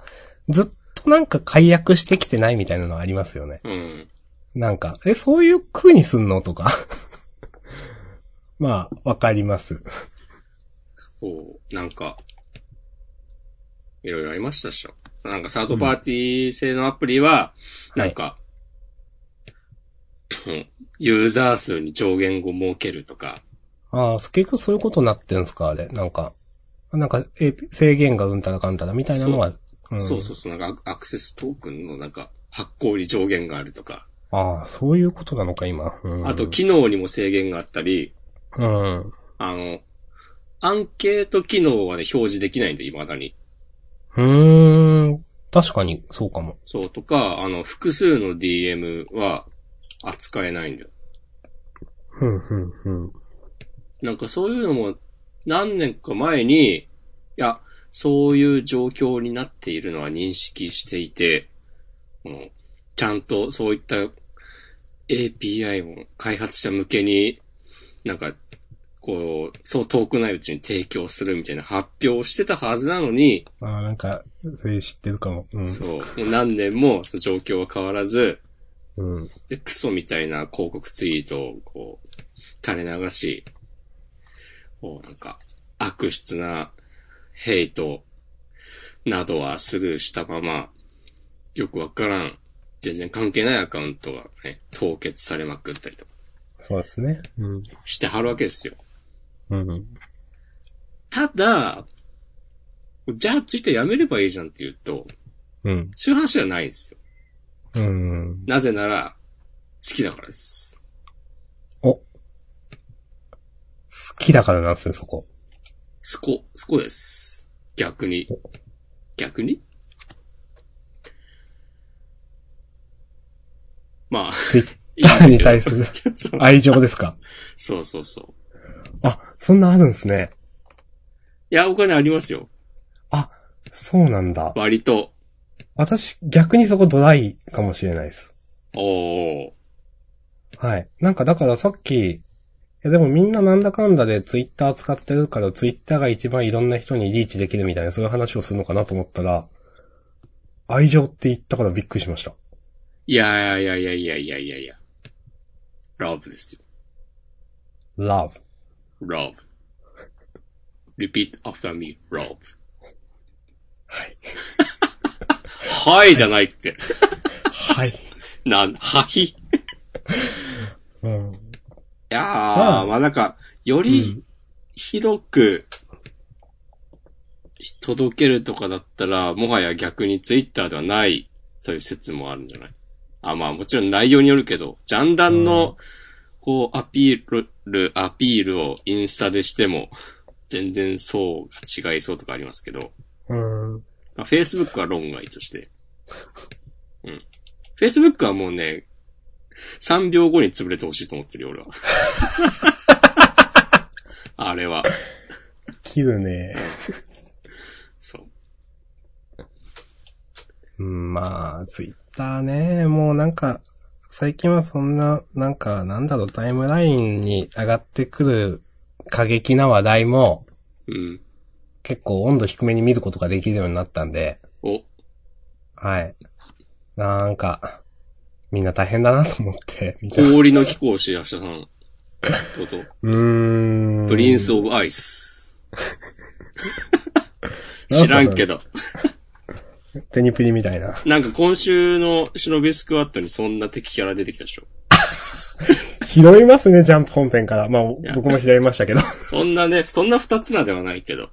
ずっとなんか解約してきてないみたいなのありますよね。うん。なんか、え、そういう風にすんのとか。 まあ、わかります。こう、なんか、いろいろありましたっしょ。なんかサードパーティー製のアプリは、うんなんか、うんユーザー数に上限を設けるとか、ああ、結局そういうことになってるんですか、あれ。なんか、なんか、え、制限がうんたらかんたらみたいなのは。んそうそうそう、なんかアクセストークンのなんか、発行に上限があるとか、ああ、そういうことなのか、今。うん、あと、機能にも制限があったり、うん。あの、アンケート機能はね、表示できないんで、未だに。うーん。確かに、そうかも。そう、とか、あの、複数の DM は扱えないんだよ。ふん、ふん、ふん。なんかそういうのも何年か前に、いや、そういう状況になっているのは認識していて、もうちゃんとそういった API を開発者向けに、なんか、こう、そう遠くないうちに提供するみたいな発表をしてたはずなのに、ああ、なんか、それ知ってるかも。うん。そう、もう何年もその状況は変わらず、うん。で、クソみたいな広告ツイートをこう、垂れ流し、こうなんか、悪質なヘイトなどはスルーしたまま、よくわからん、全然関係ないアカウントがね、凍結されまくったりとかそうですね。うん。してはるわけですよ。うん。ただ、じゃあツイッターやめればいいじゃんって言うと、うん。そういう話じゃないんですよ。うん。なぜなら、好きだからです。好きだからなんですね、そこ。そこ、そこです。逆に。逆にまあ、いいんだけどに対するそう愛情ですか。 そうそうそう。あ、そんなあるんですね。いや、お金ありますよ。あ、そうなんだ。割と。私、逆にそこドライかもしれないです。おー。はい。なんかだからさっき、いやでもみんななんだかんだでツイッター使ってるからツイッターが一番いろんな人にリーチできるみたいなそういう話をするのかなと思ったら、愛情って言ったからびっくりしました。いやいやいやいやいやいやいや。ラブですよ。 love. ラブ。repeat after me, ラブ。はい。 はいじゃないって。はい。なん、はい。いうん。やー、あまあなんか、より、うん広く届けるとかだったら、もはや逆にツイッターではないという説もあるんじゃないあ、まあもちろん内容によるけど、ジャンダンうんの、こう、アピール、アピールをインスタでしても、全然層が違いそうとかありますけど、うん。まあ Facebook は論外として。うん。Facebook はもうね、3秒後に潰れてほしいと思ってるよ、 俺は。あれは。切るね。そう。うん、まあ、ツイッターね、もうなんか、最近はそんな、なんか、なんだろう、タイムラインに上がってくる過激な話題も、うん。結構温度低めに見ることができるようになったんで、お、はい。なんか、みんな大変だなと思って、 見た。う氷の貴公子、明日さん。ってこと。ーん。プリンスオブアイス。なん知すからんけど。テニプリみたいな。なんか今週の忍びスクワットにそんな敵キャラ出てきたでしょ。拾いますね、ジャンプ本編から。まあや、僕も拾い ましたけど。そんなね、そんな二つなではないけど。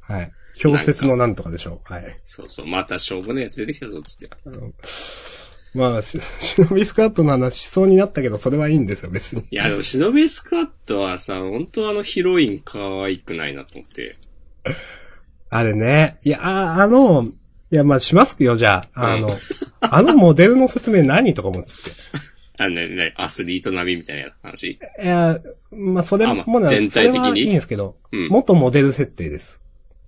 はい。氷説のなんとかでしょう。はい。そうそう、またしょうもねえやつ出てきたぞ、つって。まあ、し忍びスクワットの話しそうになったけど、それはいいんですよ、別に。いや、でも、忍びスクワットはさ、本当あのヒロイン可愛くないなと思って。あれね。いや、ああの、いや、まあ、しますよ、じゃあ。あの、うん あのモデルの説明何とか思っちゃあのね、ねアスリート並みみたいな話。って。いや、まあ、それあまあもね、全体的にそれはいいんですけど、うん元モデル設定です。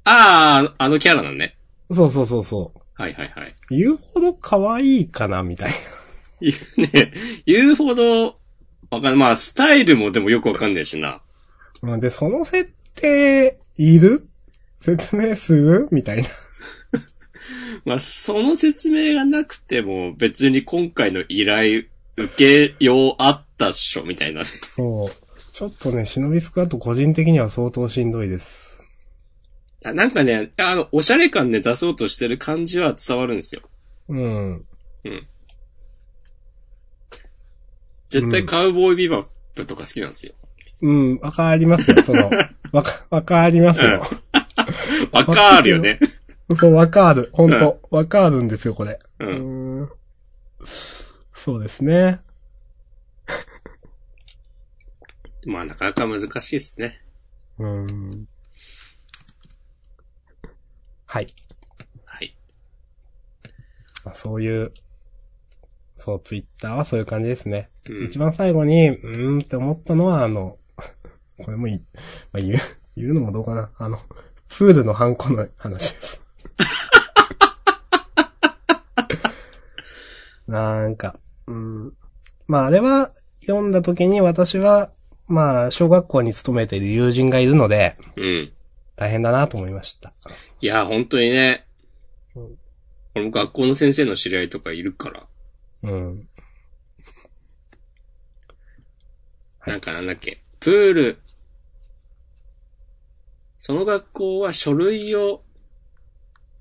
ああ、あのキャラなんね。そうそうそうそう。はいはいはい。言うほど可愛いかな、みたいな。言うね、言うほど、わかんまあ、スタイルもでもよくわかんないしな。うん で、その設定、いる説明するみたいな。まあ、その説明がなくても、別に今回の依頼、受けようあったっしょ、みたいな。そう。ちょっとね、忍びスクワット個人的には相当しんどいです。あなんかね、あの、おしゃれ感ね、出そうとしてる感じは伝わるんですよ。うん。絶対カウボーイビバップとか好きなんですよ。うん、わかりますよ、その、 わか、わかりますよ。わかるよね。そう、わかる。ほんと、わかるんですよ、これ。う。うんーん。そうですね。まあ、なかなか難しいですね。うん。はい。はい。まあそういう、そう、ツイッターはそういう感じですね。うん一番最後に、うーんって思ったのは、あの、 これもいい、まあ、言う、言うのもどうかな。あの、プールのハンコの話です。 なんか、うん。まあ、あれは、読んだ時に私は、まあ、小学校に勤めている友人がいるので、うん。大変だなと思いました。いや、本当にねうん。俺も学校の先生の知り合いとかいるから、うん。はいなんかなんだっけ、プール、その学校は書類を、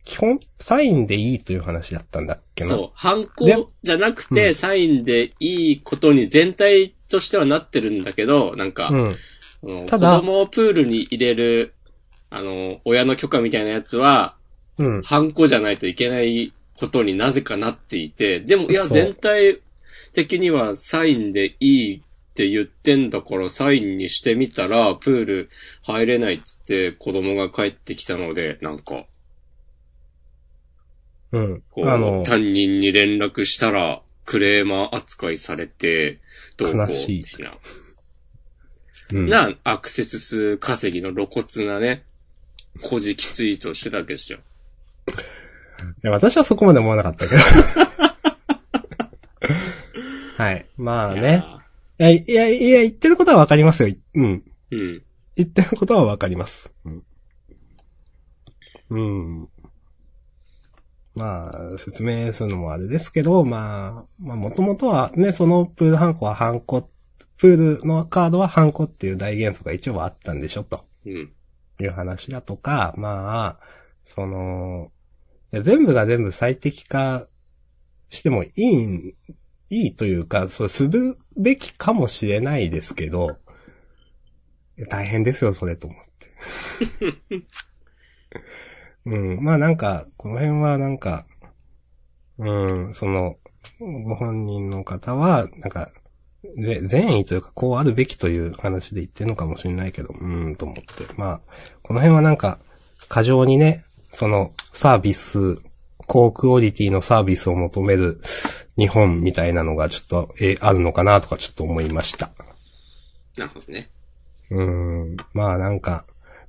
基本、サインでいいという話だったんだっけな。そう、犯で行じゃなくて、サインでいいことに全体としてはなってるんだけど、なんか、うん。あの子ただ供をプールに入れる、あの、親の許可みたいなやつは、うん。ハンコじゃないといけないことになぜかなっていて、でも、いや、そう全体的にはサインでいいって言ってんだから、サインにしてみたら、プール入れないっつって子供が帰ってきたので、なんか、うん。こあのう、、担任に連絡したら、クレーマー扱いされて、どうこう、悲しいみたいな。うん、な、アクセス数稼ぎの露骨なね、小じきツイートをしてたわけですよ。いや、私はそこまで思わなかったけど。 はい。まあね。いや、いや、いや、言ってることはわかりますよ。うん。いやー。うん。言ってることはわかります。うん。うん。まあ、説明するのもあれですけど、まあ、まあ、もともとはね、そのプールハンコはハンコ、プールのカードはハンコっていう大原則が一応あったんでしょ、と。うん。いう話だとか、まあ、その、いや全部が全部最適化してもいいん、いいというか、そうするべきかもしれないですけど、いや大変ですよ、それと思って。うん、まあなんか、この辺はなんか、うん、その、ご本人の方は、なんか、ぜ善意というか、こうあるべきという話で言ってるのかもしれないけど、うーん、と思って。まあ、この辺はなんか、過剰にね、その、サービス高クオリティのサービスを求める日本みたいなのがちょっと、え、あるのかなとかちょっと思いました。なるほどね。うーん。まあなんか、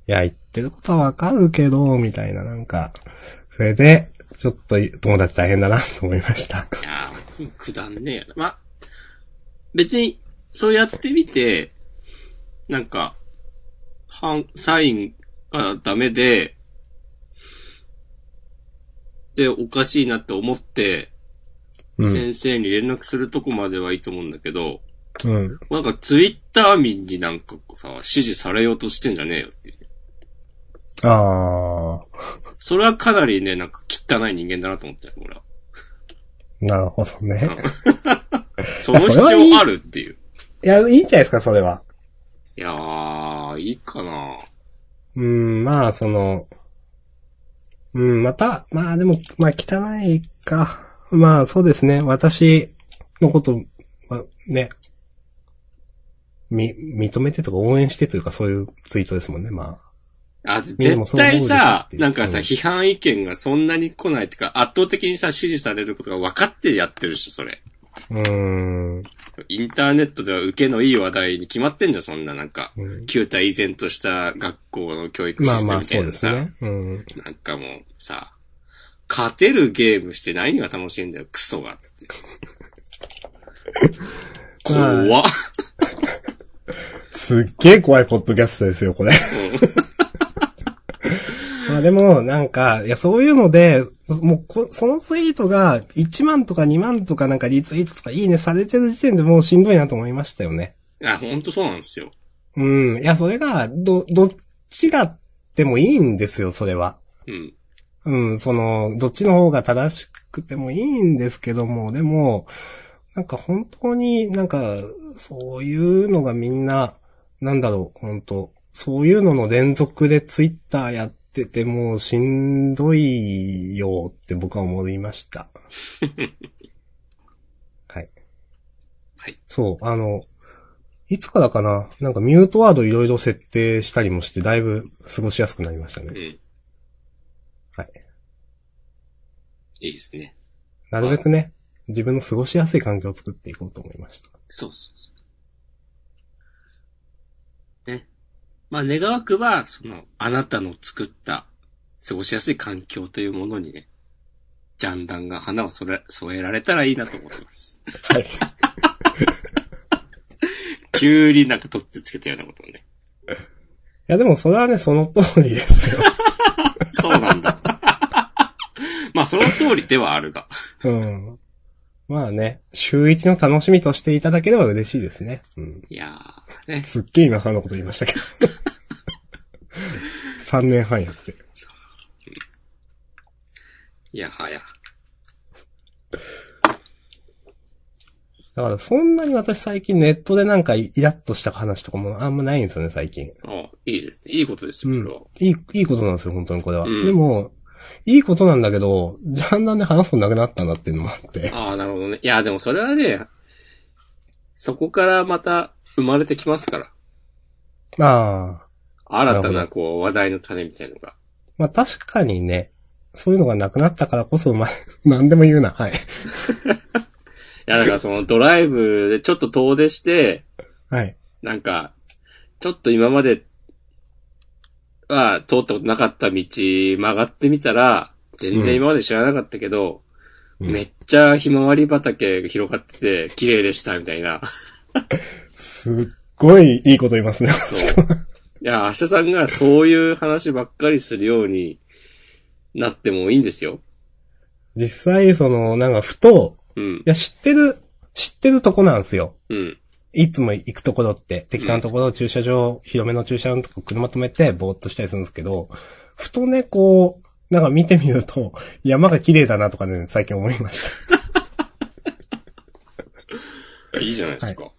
いや、言ってることはわかるけど、みたいな、なんか、それで、ちょっと友達大変だなと思いました。いやー、くだんねえよな。まあ、別に、そうやってみて、なんか、反、サインがダメで、で、おかしいなって思って、うん。先生に連絡するとこまではいいと思うんだけど、うん。なんかツイッター民になんかさ、指示されようとしてんじゃねえよっていう。あそれはかなりね、なんか汚い人間だなと思ったよ、俺は。ー、なるほどね。その必要あるっていう。いや、いいんじゃないですか、それは。いやー、いいかなうん、まあ、その、うん、また、まあでも、まあ汚いか。まあそうですね、私のこと、まあ、ね、み、認めてとか応援してというかそういうツイートですもんね、まあ、ででも絶対さそう思うでしょって、いうなんかさ、うん批判意見がそんなに来ないっていうか、圧倒的にさ、支持されることが分かってやってるし、それ。あ。うーん。インターネットでは受けのいい話題に決まってんじゃん、そんななんか。うん旧態依然とした学校の教育シまあステまムあ、みたそういなですさ、ね。うん。なんかもうさ、勝てるゲームして何が楽しいんだよ、クソが、つって。まあ怖っ。 すっげえ怖いポッドキャストですよ、これ。まあでも、なんか、いや、そういうので、もうこ、そのツイートが1万とか2万とかなんかリツイートとかいいねされてる時点でもうしんどいなと思いましたよね。あ、ほんとそうなんですよ。うん。いや、それが、ど、どっちがでもいいんですよ、それは。うん。うん、その、どっちの方が正しくてもいいんですけども、でも、なんか本当になんか、そういうのがみんな、なんだろう、本当そういうのの連続でツイッターやっててもうしんどいよって僕は思い ました。はい。はい。そう、あの、いつからかな、なんかミュートワードいろいろ設定したりもして、だいぶ過ごしやすくなりましたうん。ね。いはい。いですね。なるべくね、自分の過ごしやすい環境を作っていこうと思いました。そうそうそう。ね。まあ、願わくば、その、あなたの作った、過ごしやすい環境というものにね、ジャンダンが花を添え添えられたらいいなと思ってます。はい。 急になんか取ってつけたようなことをね。いやでもそれはね、その通りですよ。そうなんだ。 まあ、その通りではあるが。うん。まあね、週一の楽しみとしていただければ嬉しいですね。うん。いやー、ね。すっげえ今からのこと言いましたけ ど。3年半やって。いやはや。だからそんなに私最近ネットでなんかイラッとした話とかもあんまないんですよね、最近。おいいですね。いいことですよ、それは。いい、いいことなんですよ、本当にこれは。うんでも、いいことなんだけど、ジャンダンで話すことなくなったなっていうのもあって。ああ、なるほどね。いや、でもそれはね、そこからまた生まれてきますから。ああ。新たなるな、こう、話題の種みたいのが。まあ確かにね、そういうのがなくなったからこそ、まあ、 何でも言うな、はい。いや、だからそのドライブでちょっと遠出して、はい。なんか、ちょっと今までは通ったことなかった道曲がってみたら、全然今まで知らなかったけど、うんめっちゃひまわり畑が広がってて、綺麗でした、みたいな。すっごいいいこと言いますね。そう。いや、明日さんがそういう話ばっかりするようになってもいいんですよ。 実際、その、なんかふと、うんい。や、知ってる、知ってるとこなんですよ。うん。いつも行くところって、適当なところ、駐車場、広めの駐車場のとこ車止めて、ぼーっとしたりするんですけど、ふとね、こう、なんか見てみると、山が綺麗だなとかね、最近思いました。いいじゃないですか。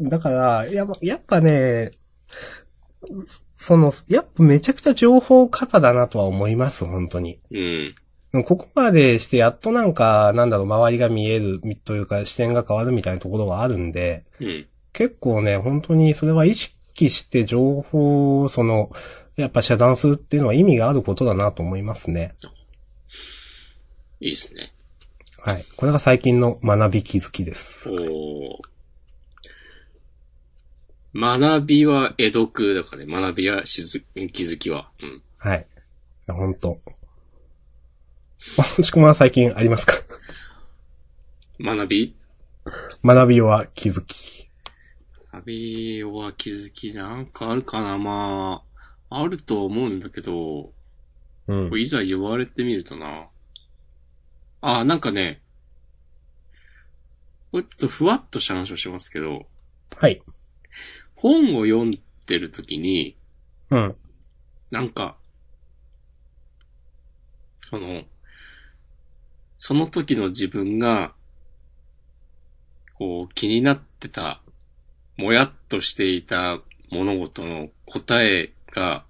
だから、やっぱ、やっぱね、その、やっぱめちゃくちゃ情報過多だなとは思います、本当に。うん。でもここまでしてやっとなんか、なんだろう、周りが見えるみというか、視点が変わるみたいなところはあるんで、うん。結構ね、本当にそれは意識して情報を、その、やっぱ遮断するっていうのは意味があることだなと思いますね。いいっすね。はい。これが最近の学び気づきです。おー学びは江戸空だからね。学びはしず、気づきは。うん。はい。ほん と。しこまは最近ありますか学び学びは気づき。学びは気づきなんかあるかなまあ、あると思うんだけど、うん。いざ言われてみるとな。あー、なんかね、これちょっとふわっとした話をしますけど、はい。本を読んでるときに、うん。なんか、その、その時の自分が、こう気になってた、もやっとしていた物事の答えが、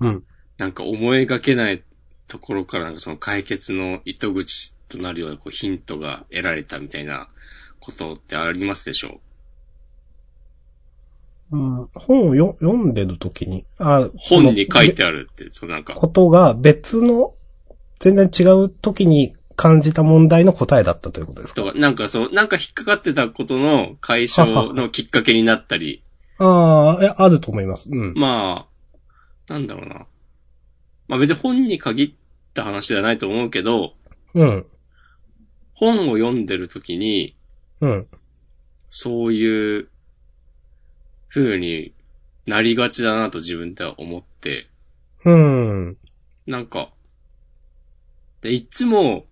うん。なんか思いがけないところからなんかその解決の糸口となるようなこうヒントが得られたみたいなことってありますでしょうん、本をよ読んでるときに、あう本に書いててあるって、そうなんか、ことが別の、全然違う時に感じた問題の答えだったということですかとか、なんかそう、なんか引っかかってたことの解消のきっかけになったり、ああ、えあると思います。 うん。まあ、なんだろうな。まあ別に本に限った話ではないと思うけど、うん。本を読んでるときに、うん。そういう風になりがちだなと自分では思って、うん。なんか、で、いつも、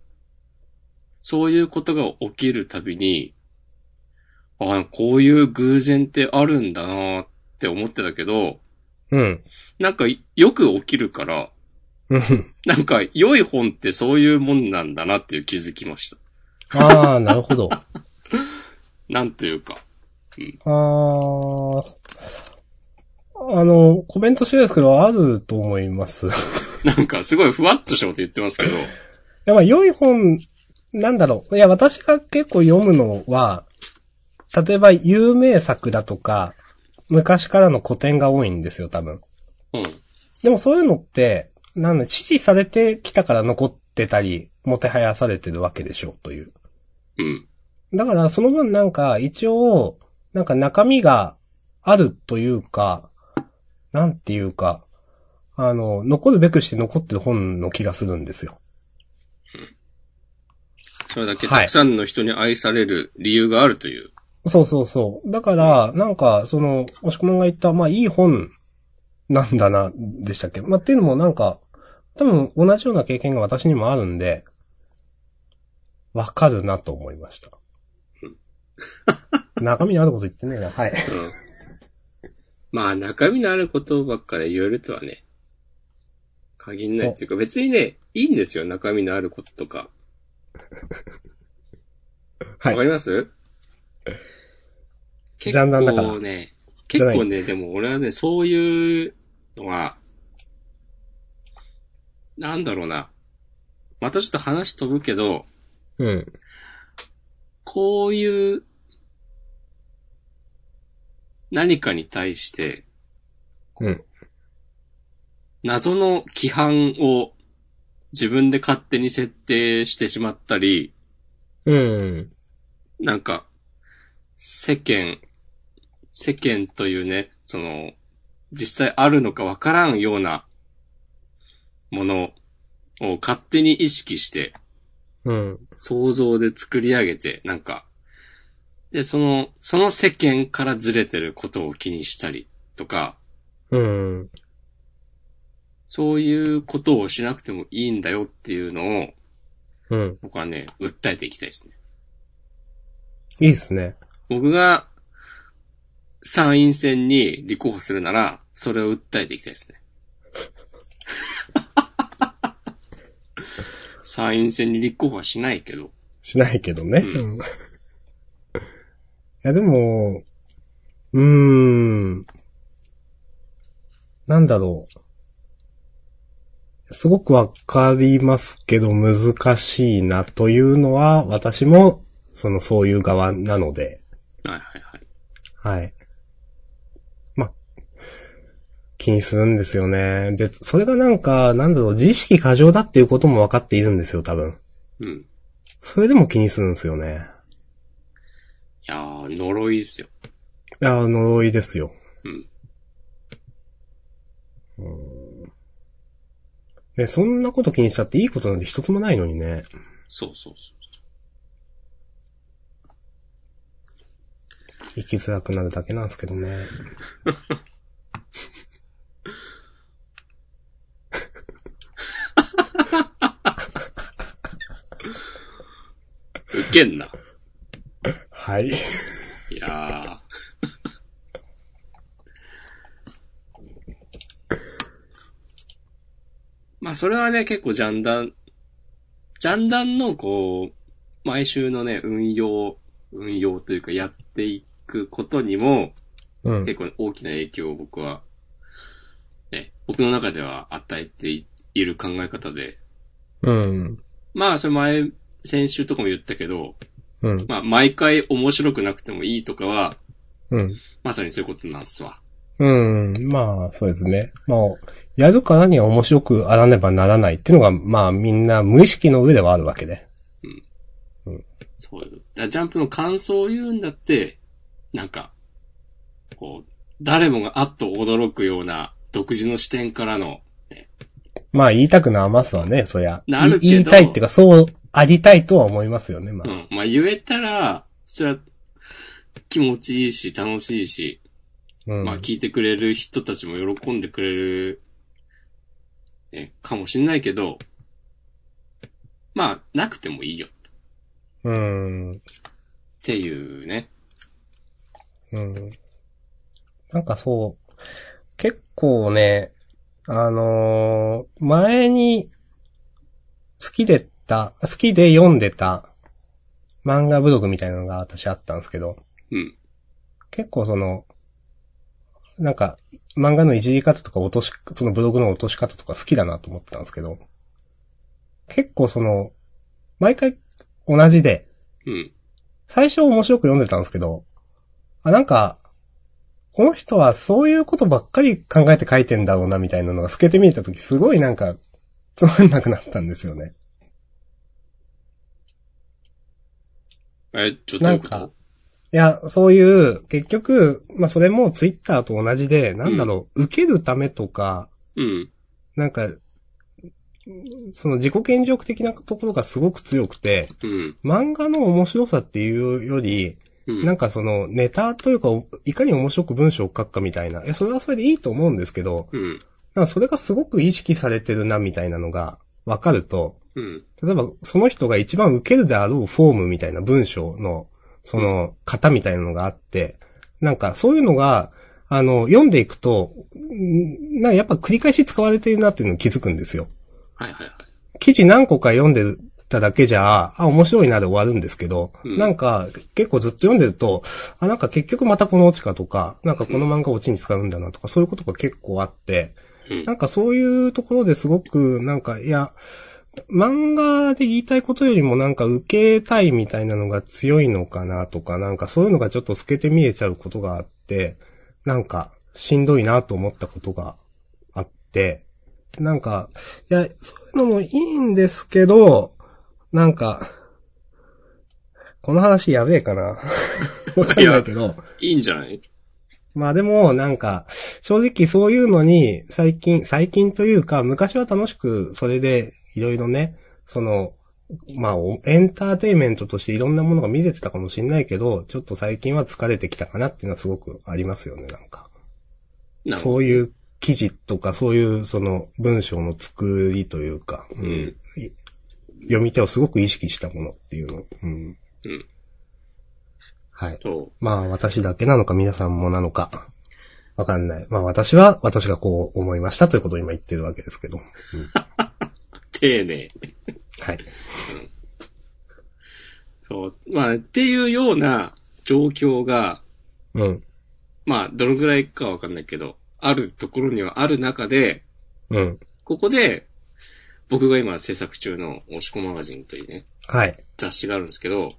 そういうことが起きるたびに、あこういう偶然ってあるんだなって思ってたけど、うん。なんかよく起きるから、うん。なんか、良い本ってそういうもんなんだなっていう気づきました。ああ、なるほど。 あなんというか。あ。あの、コメントしてですけど、あると思います。いなんか、すごいふわっとしたこと言ってますけ ど。や、まあ、良い本、なんだろう。いや、私が結構読むのは、例えば有名作だとか、昔からの古典が多いんですよ、多分。うん。でもそういうのって、なんだ、支持されてきたから残ってたり、もてはやされてるわけでしょう、という。うん。だから、その分なんか、一応、なんか中身があるというか、なんていうか、あの、残るべくして残ってる本の気がするんですよ。それだけはいたくさんの人に愛される理由があるという。そうそうそう。だから、なんか、その、押し込まんが言った、まあ、いい本なんだな、でしたっけまあ、っていうのもなんか、多分同じような経験が私にもあるんで、わかるなと思いました。中身のあること言ってねえな。はい。うん。まあ、中身のあることばっかで言えるとはね、限んないというか、別にね、いいんですよ、中身のあることとか。はわかい。ります結残念だから構ね、結構ね、でも俺はね、そういうのは、なんだろうな。またちょっと話飛ぶけど、うん。こういう何かに対して、うん。謎の規範を自分で勝手に設定してしまったり、うん。なんか、世間、世間というね、その、実際あるのかわからんようなものを勝手に意識して、うん。想像で作り上げて、なんか、で、その、その世間からずれてることを気にしたりとか、うん。そういうことをしなくてもいいんだよっていうのを、うん。僕はね、訴えていきたいですね。いいっすね。僕が参院選に立候補するなら、それを訴えていきたいですね。参院選に立候補はしないけど。しないけどね。ううんいや、でも、うーん。なんだろう。すごくわかりますけど難しいなというのは、私も、その、そういう側なので。はいはいはい。はい。ま、気にするんですよね。で、それがなんか、なんだろう、自意識過剰だっていうことも分かっているんですよ、多分。うん。いそれでも気にするんですよね。やー、呪いですよ。いやー、呪いですよ。うん。ね、そんなこと気にしたっていいことなんて一つもないのにね。そうそうそ生きづらくなるだけなんですけどね。う。ウケんな。はい。いやー。 まあ、それはね、結構ジャンダン、ジャンダンの、こう、毎週のね、運用、運用というか、やっていくことにも、うん。結構大きな影響を僕は、ね、僕の中では与えていいる考え方で、うん。まあ、それ前、先週とかも言ったけど、うん。まあ、毎回面白くなくてもいいとかは、うん。まさにそういうことなんすわ。うん。まあ、そうですね。まあ、やるからには面白くあらねばならないっていうのが、まあ、みんな無意識の上ではあるわけで。そうだ。だからジャンプの感想を言うんだって、なんか、こう、誰もがあっと驚くような独自の視点からの、ね、まあ、言いたくなますわね、そりゃ。なるけどい言いたいっていうか、そうありたいとは思いますよね、まうあ。ん。まあ言えたら、それは気持ちいいし、楽しいし、うん。まあ聞いてくれる人たちも喜んでくれる、ね、かもしんないけど、まあ、なくてもいいよっうん。ていうね。うん。なんかそう、結構ね、あのー前に好きでった、好きで読んでた漫画ブログみたいなのが私あったんですけど、うん。結構その、なんか漫画のいじり方とか落とし、そのブログの落とし方とか好きだなと思ってたんですけど、結構その、毎回同じで、うん。最初面白く読んでたんですけど、あ、なんか、この人はそういうことばっかり考えて書いてんだろうなみたいなのが透けて見えたときすごいなんかつまんなくなったんですよね。え、ちょっとどうないうんことか、いや、そういう、結局、まあそれもツイッターと同じで、なんだろう、受けるためとか、うん。なんか、その自己顕示欲的なところがすごく強くて、うん。漫画の面白さっていうより、うん。なんかそのネタというか、いかに面白く文章を書くかみたいな。いや、それはそれでいいと思うんですけど、うん。なんかそれがすごく意識されてるなみたいなのがわかると、うん。例えばその人が一番受けるであろうフォームみたいな文章の、その型みたいなのがあって、なんかそういうのが、あの、読んでいくと、んなんかやっぱ繰り返し使われてるなっていうのに気づくんですよ。はいはいはい。記事何個か読んでただけじゃ、あ、面白いなで終わるんですけど、うんなんか結構ずっと読んでると、あ、なんか結局またこのオチかとか、なんかこの漫画オチに使うんだなとか、そういうことが結構あって、うんなんかそういうところですごく、なんか、いや、漫画で言いたいことよりもなんか受けたいみたいなのが強いのかなとか、なんかそういうのがちょっと透けて見えちゃうことがあって、なんかしんどいなと思ったことがあって、なんか、いや、そういうのもいいんですけど、なんか、この話やべえ かなわかんないけど。いいんじゃないまあでも、なんか、正直そういうのに、最近、最近というか、昔は楽しく、それで、いろいろね、その、まあ、おエンターテインメントとしていろんなものが見れてたかもしれないけど、ちょっと最近は疲れてきたかなっていうのはすごくありますよね、なんか。なるほどそういう記事とか、そういうその文章の作りというか、うんうんい読み手をすごく意識したものっていうの。うんうんはい。そまあ私だけなのか皆さんもなのか、わかんない。まあ私は、私がこう思いましたということを今言ってるわけですけど。う。丁寧。はい。そう。まあ、っていうような状況が、うん。まあ、どのぐらいかわかんないけど、あるところにはある中で、うん。ここで、僕が今制作中の押し子マガジンというね、はい。雑誌があるんですけど、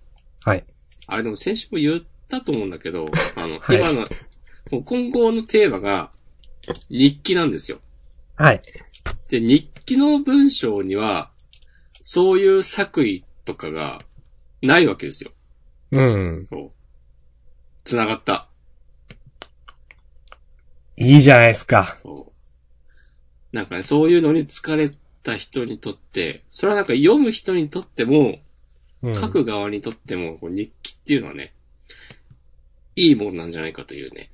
はい。あれでも先週も言ったと思うんだけど、あの、 はい今の、もう今後のテーマが、日記なんですよ。はい。で、日記の文章には、そういう作為とかが、ないわけですよ。うん。こう。繋がった。いいじゃないですか。そう。なんかね、そういうのに疲れた人にとって、それはなんか読む人にとっても、うん、書く側にとっても、こう日記っていうのはね、いいもんなんじゃないかというね。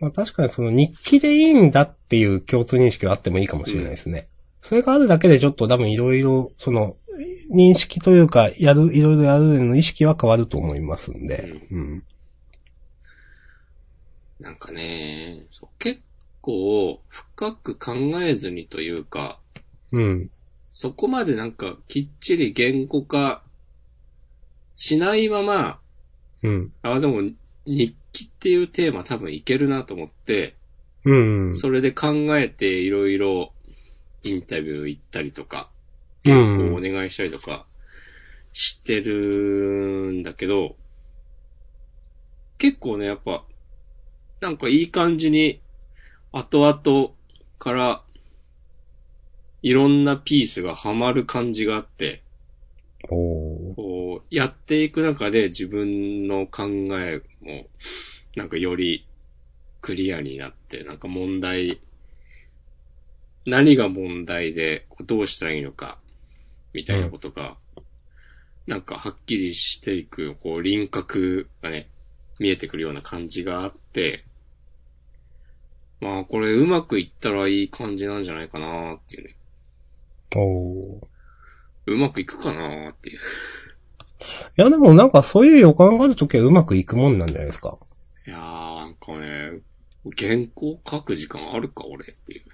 まあ確かにその日記でいいんだっていう共通認識はあってもいいかもしれないですね。それがあるだけでちょっと多分いろいろ、その、認識というか、やる、いろいろやるの意識は変わると思いますんで。うん。なんかね、そう結構深く考えずにというか、うん。そこまでなんかきっちり言語化しないまま、うん。あ、でも日記っていうテーマ多分いけるなと思って、うん。それで考えていろいろインタビュー行ったりとか、うこうんお。願いしたりとかしてるんだけど、結構ね、やっぱ、なんかいい感じに、後々から、いろんなピースがハマる感じがあって、おーこう、やっていく中で自分の考えも、なんかよりクリアになって、なんか問題、何が問題で、こうどうしたらいいのか、みたいなことが、なんかはっきりしていく、こう輪郭がね、見えてくるような感じがあって、まあこれうまくいったらいい感じなんじゃないかなっていうね。おーうまくいくかなっていう。いやでもなんかそういう予感があるときはうまくいくもんなんじゃないですか。いやー、なんかね、原稿書く時間あるか、俺っていう。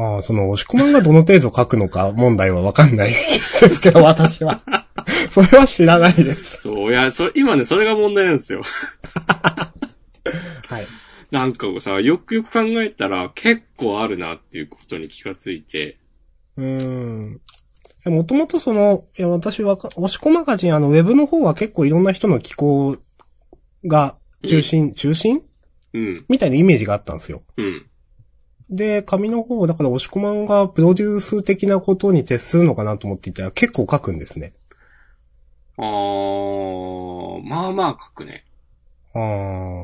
ああ、その、押し込まんがどの程度書くのか問題はわかんないですけど、私は。 それは知らないです。そう、いや、それ、今ね、それが問題なんですよ。 はい。なんかさ、よくよく考えたら、結構あるなっていうことに気がついて、うーん。もともとその、いや、私はか、押し込まかじん、あの、ウェブの方は結構いろんな人の寄稿が中心、中心うん、みたいなイメージがあったんですよ。うん、で、紙の方、だから押し込まんがプロデュース的なことに徹するのかなと思っていたら結構書くんですね。あー、まあまあ書くね。ああ、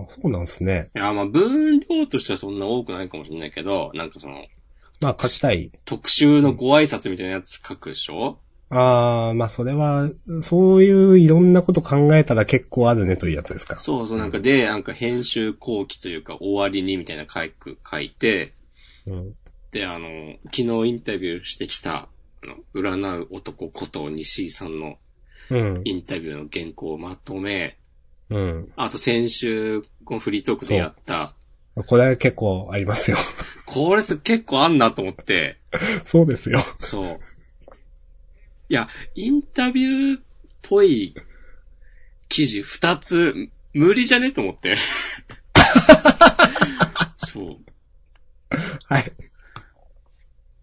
そうなんですね。いや、まあ分量としてはそんな多くないかもしれないけど、なんかその、まあ書きたい。特集のご挨拶みたいなやつ書くでしょああ、まあそれは、そういういろんなこと考えたら結構あるねというやつですか。そうそう、なんかで、なんか編集後期というか終わりにみたいな書く、書いて、うん。で、あの、昨日インタビューしてきた、あの、占う男こと西井さんのうん。インタビューの原稿をまとめ、うん。あと先週、このフリートークでやった、これは結構あります よ。これす結構あんなと思って、そうですよ。そう。いや、インタビューっぽい記事二つ、無理じゃねと思って。そう。はい。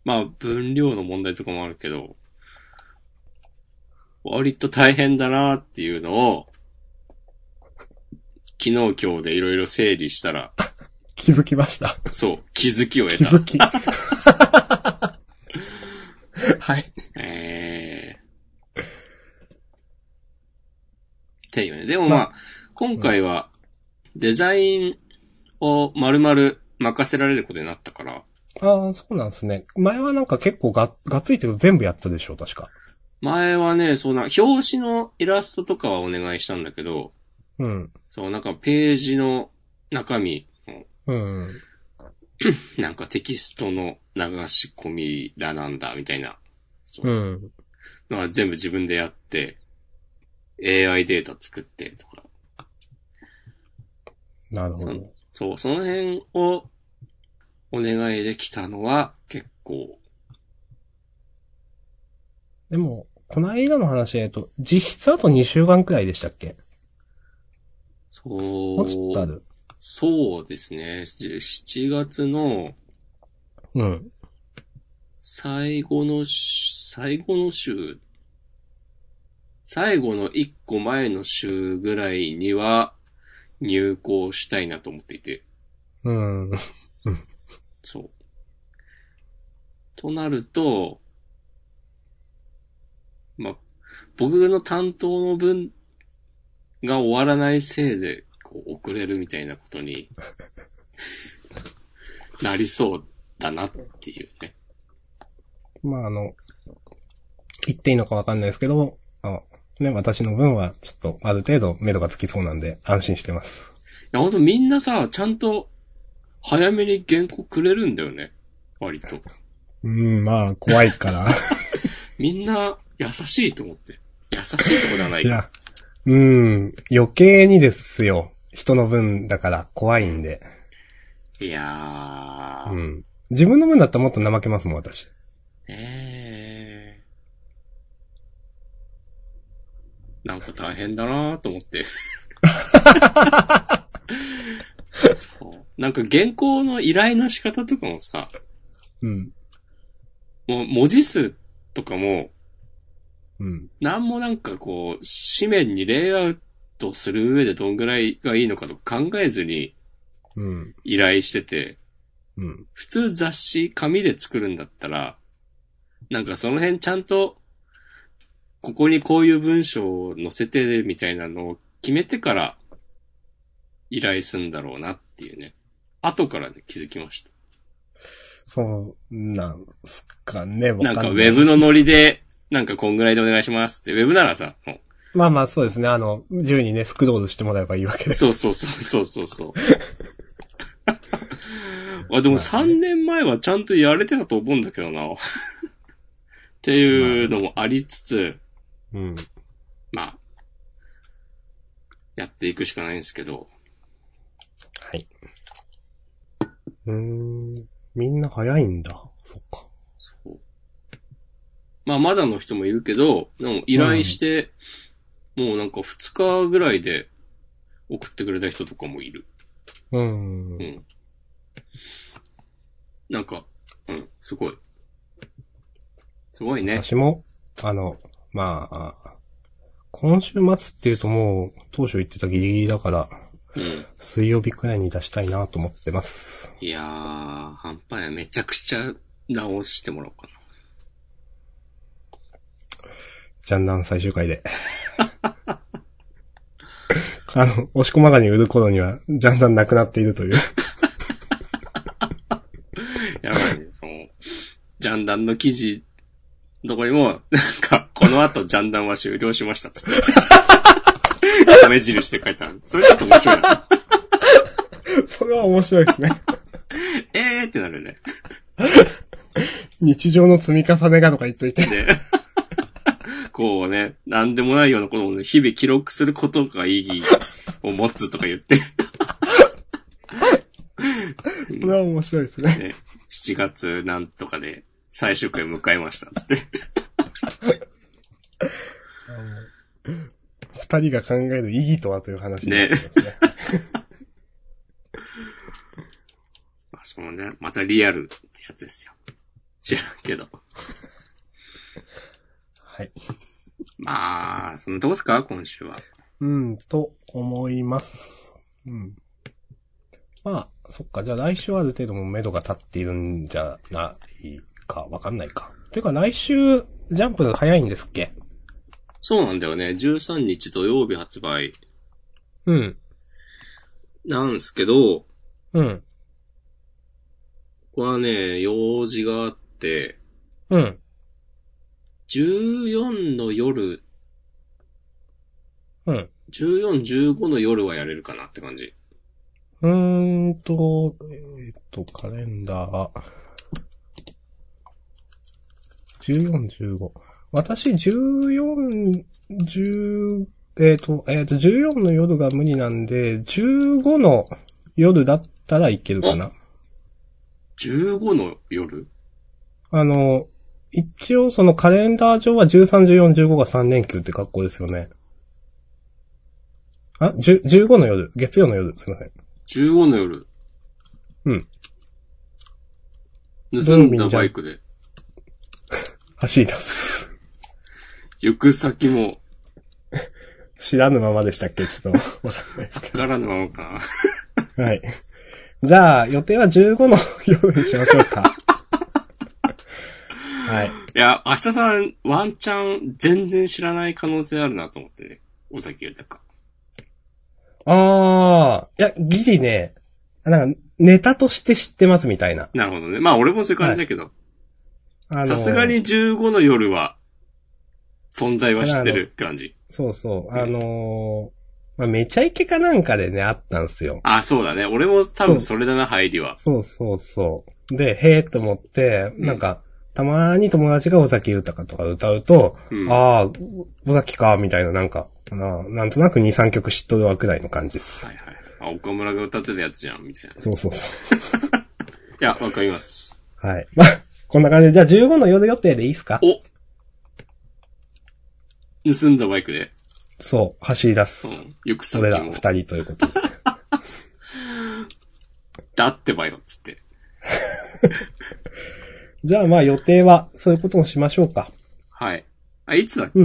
まあ、分量の問題とかもあるけど、割と大変だなっていうのを、昨日今日でいろいろ整理したら、気づきました。そう、気づきを得気た。づ き。はい。えーっていうね。でもまあ、今回は、デザインを丸々任せられることになったから、ああ、そうなんですね。前はなんか結構が、がっついてる全部やったでしょ、確か。前はね、そうな、表紙のイラストとかはお願いしたんだけど、うん。そう、なんかページの中身、うん。なんかテキストの流し込みだなんだ、みたいなうん。のは全部自分でやって、AI データ作ってとか、なるほそうど。そう、その辺をお願いできたのは結構、でも、この間の話、えっと、実質あと2週間くらいでしたっけそもうちょっとあう、る。そうですね。7月のうん。最後のし、最後の週、最後の1個前の週ぐらいには入校したいなと思っていて。うん。そう。となると、まあ、僕の担当の分が終わらないせいで、こう、遅れるみたいなことになりそうだなっていうね。まあ、あの、言っていいのかわかんないですけど、あね、私の分は、ちょっと、ある程度、目処がつきそうなんで、安心してます。いや、ほんとみんなさ、ちゃんと、早めに原稿くれるんだよね。割と。うん、まあ、怖い から。みんな、優しいと思って。優しいとこではないいか。や、うん、余計にですよ。人の分だから、怖いんで。いやー。うん。自分の分だったらもっと怠けますもん、私。ねえ。なんか大変だなと思 って。そう。なんか原稿の依頼の仕方とかもさ、うん。もう文字数とかも、うん。なんもなんかこう、紙面にレイアウトする上でどんぐらいがいいのかとか考えずにうん。依頼してて、うん。普通雑誌、紙で作るんだったら、なんかその辺ちゃんと、ここにこういう文章を載せてみたいなのを決めてから依頼するんだろうなっていうね。後からね、気づきました。そう、なんすかね、わなんいかウェブのノリで、なんかこんぐらいでお願いしますって。ウェブならさ、もまあまあ、そうですね。あの、自由にね、スクロールしてもらえばいいわけうです。そうそうそうそうそう そう。あ、でも3年前はちゃんとやれてたと思うんだけどな。 っていうのもありつつ、うん。まあ、やっていくしかないんですけど、はい。うーん。みんな早いんだ。そっか。そう。まあ、まだの人もいるけど、でも依頼して、もうなんか2日ぐらいで送ってくれた人とかもいる。うーん。ういん。なんか、うん、すごい。すごいね。私も、あの、まああ、今週末っていうともう、当初言ってたギリギリだから、うん。水曜日くらいに出したいなと思ってます。いやー、半端ない。めちゃくちゃ直してもらおうかな。ジャンダン最終 回で。あの、押し込まがに売る頃には、ジャンダンなくなっていると いう。やばいね、その、ジャンダンの記事、どこにも、なんか、この後ジャンダンは終了しましたっつって。目印で書いてある。それちょっと面白いな。それは面白いですね。えーってなるよね。日常の積み重ねがとか言っといて。で、こうね、なんでもないようなことをね日々記録することが意義を持つとか言って、それは面白いですね。ね、7月なんとかで最終回迎えましたっつって。二人が考える意義とはという話ねですね。まあ、そのね、またリアルってやつですよ。知らんけど。はい。まあ、そのどうすか今週は。うん、と思います。うん。まあ、そっか。じゃあ来週はある程度もう目処が立っているんじゃないか、わかんないか。ていうか来週、ジャンプ早いんですっけそうなんだよね。13日土曜日発売うん。なんですけど、うん。ここはね、用事があって、うん。 14の夜、うん。 14、15の夜はやれるかなって感じ。うーんと、えっ、と、カレンダー。14、15。私、14、10、えっ、と、えっ、と、14の夜が無理なんで、15の夜だったらいけるかな。 15の夜あの、一応そのカレンダー上は13、14、15が3連休って格好ですよね。あ、10 15の夜、月曜の夜、すいません。 ?15 の夜。うん。盗んだバイクで、走り出す。行く先も、知らぬままでしたっけちょっと、わかんないですけからぬままかな。ど。はい。じゃあ、予定は15の夜にしましょうか。はい。いや、明日さん、ワンチャン全然知らない可能性あるなと思ってね。尾崎豊。あー、いや、ギリね、なんか、ネタとして知ってますみたいな。なるほどね。まあ俺もそういう感じだけど、あのーさすが。に15の夜は、存在は知ってる感じ。そうそう、あのー、まあ、めちゃイケかなんかでね、あったんすよ。あ、そうだね。俺も多分それだな、入りは。そうそうそう。で、へーと思って、なんか、たまに友達が尾崎豊とか歌うと、うんああ、尾崎か、みたいな、なんか、ななんとなく2、3曲知っとるわくらいの感じです。はいはい。あ、岡村が歌ってたやつじゃん、みたいな。いそうそうそや、わかります。う。はい。 まあ、こんな感じで、じゃあ15の夜予定でいいっすかお盗んだバイクで。そう、走り出うす。ん。よくさっそれきらも2、人ということで。 だってばよ、つって。じゃあまあ予定は、そういうこともしましょうか。はい。あ、いつだっけ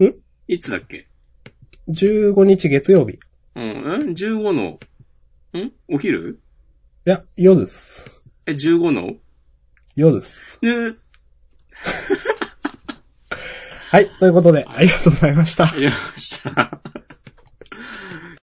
うんんいつだっけ15日月曜日。いうん、うん ?15 の、んお昼や、夜っす。え、15の夜っす。ねはい、ということで、ありがとうございました。ありました。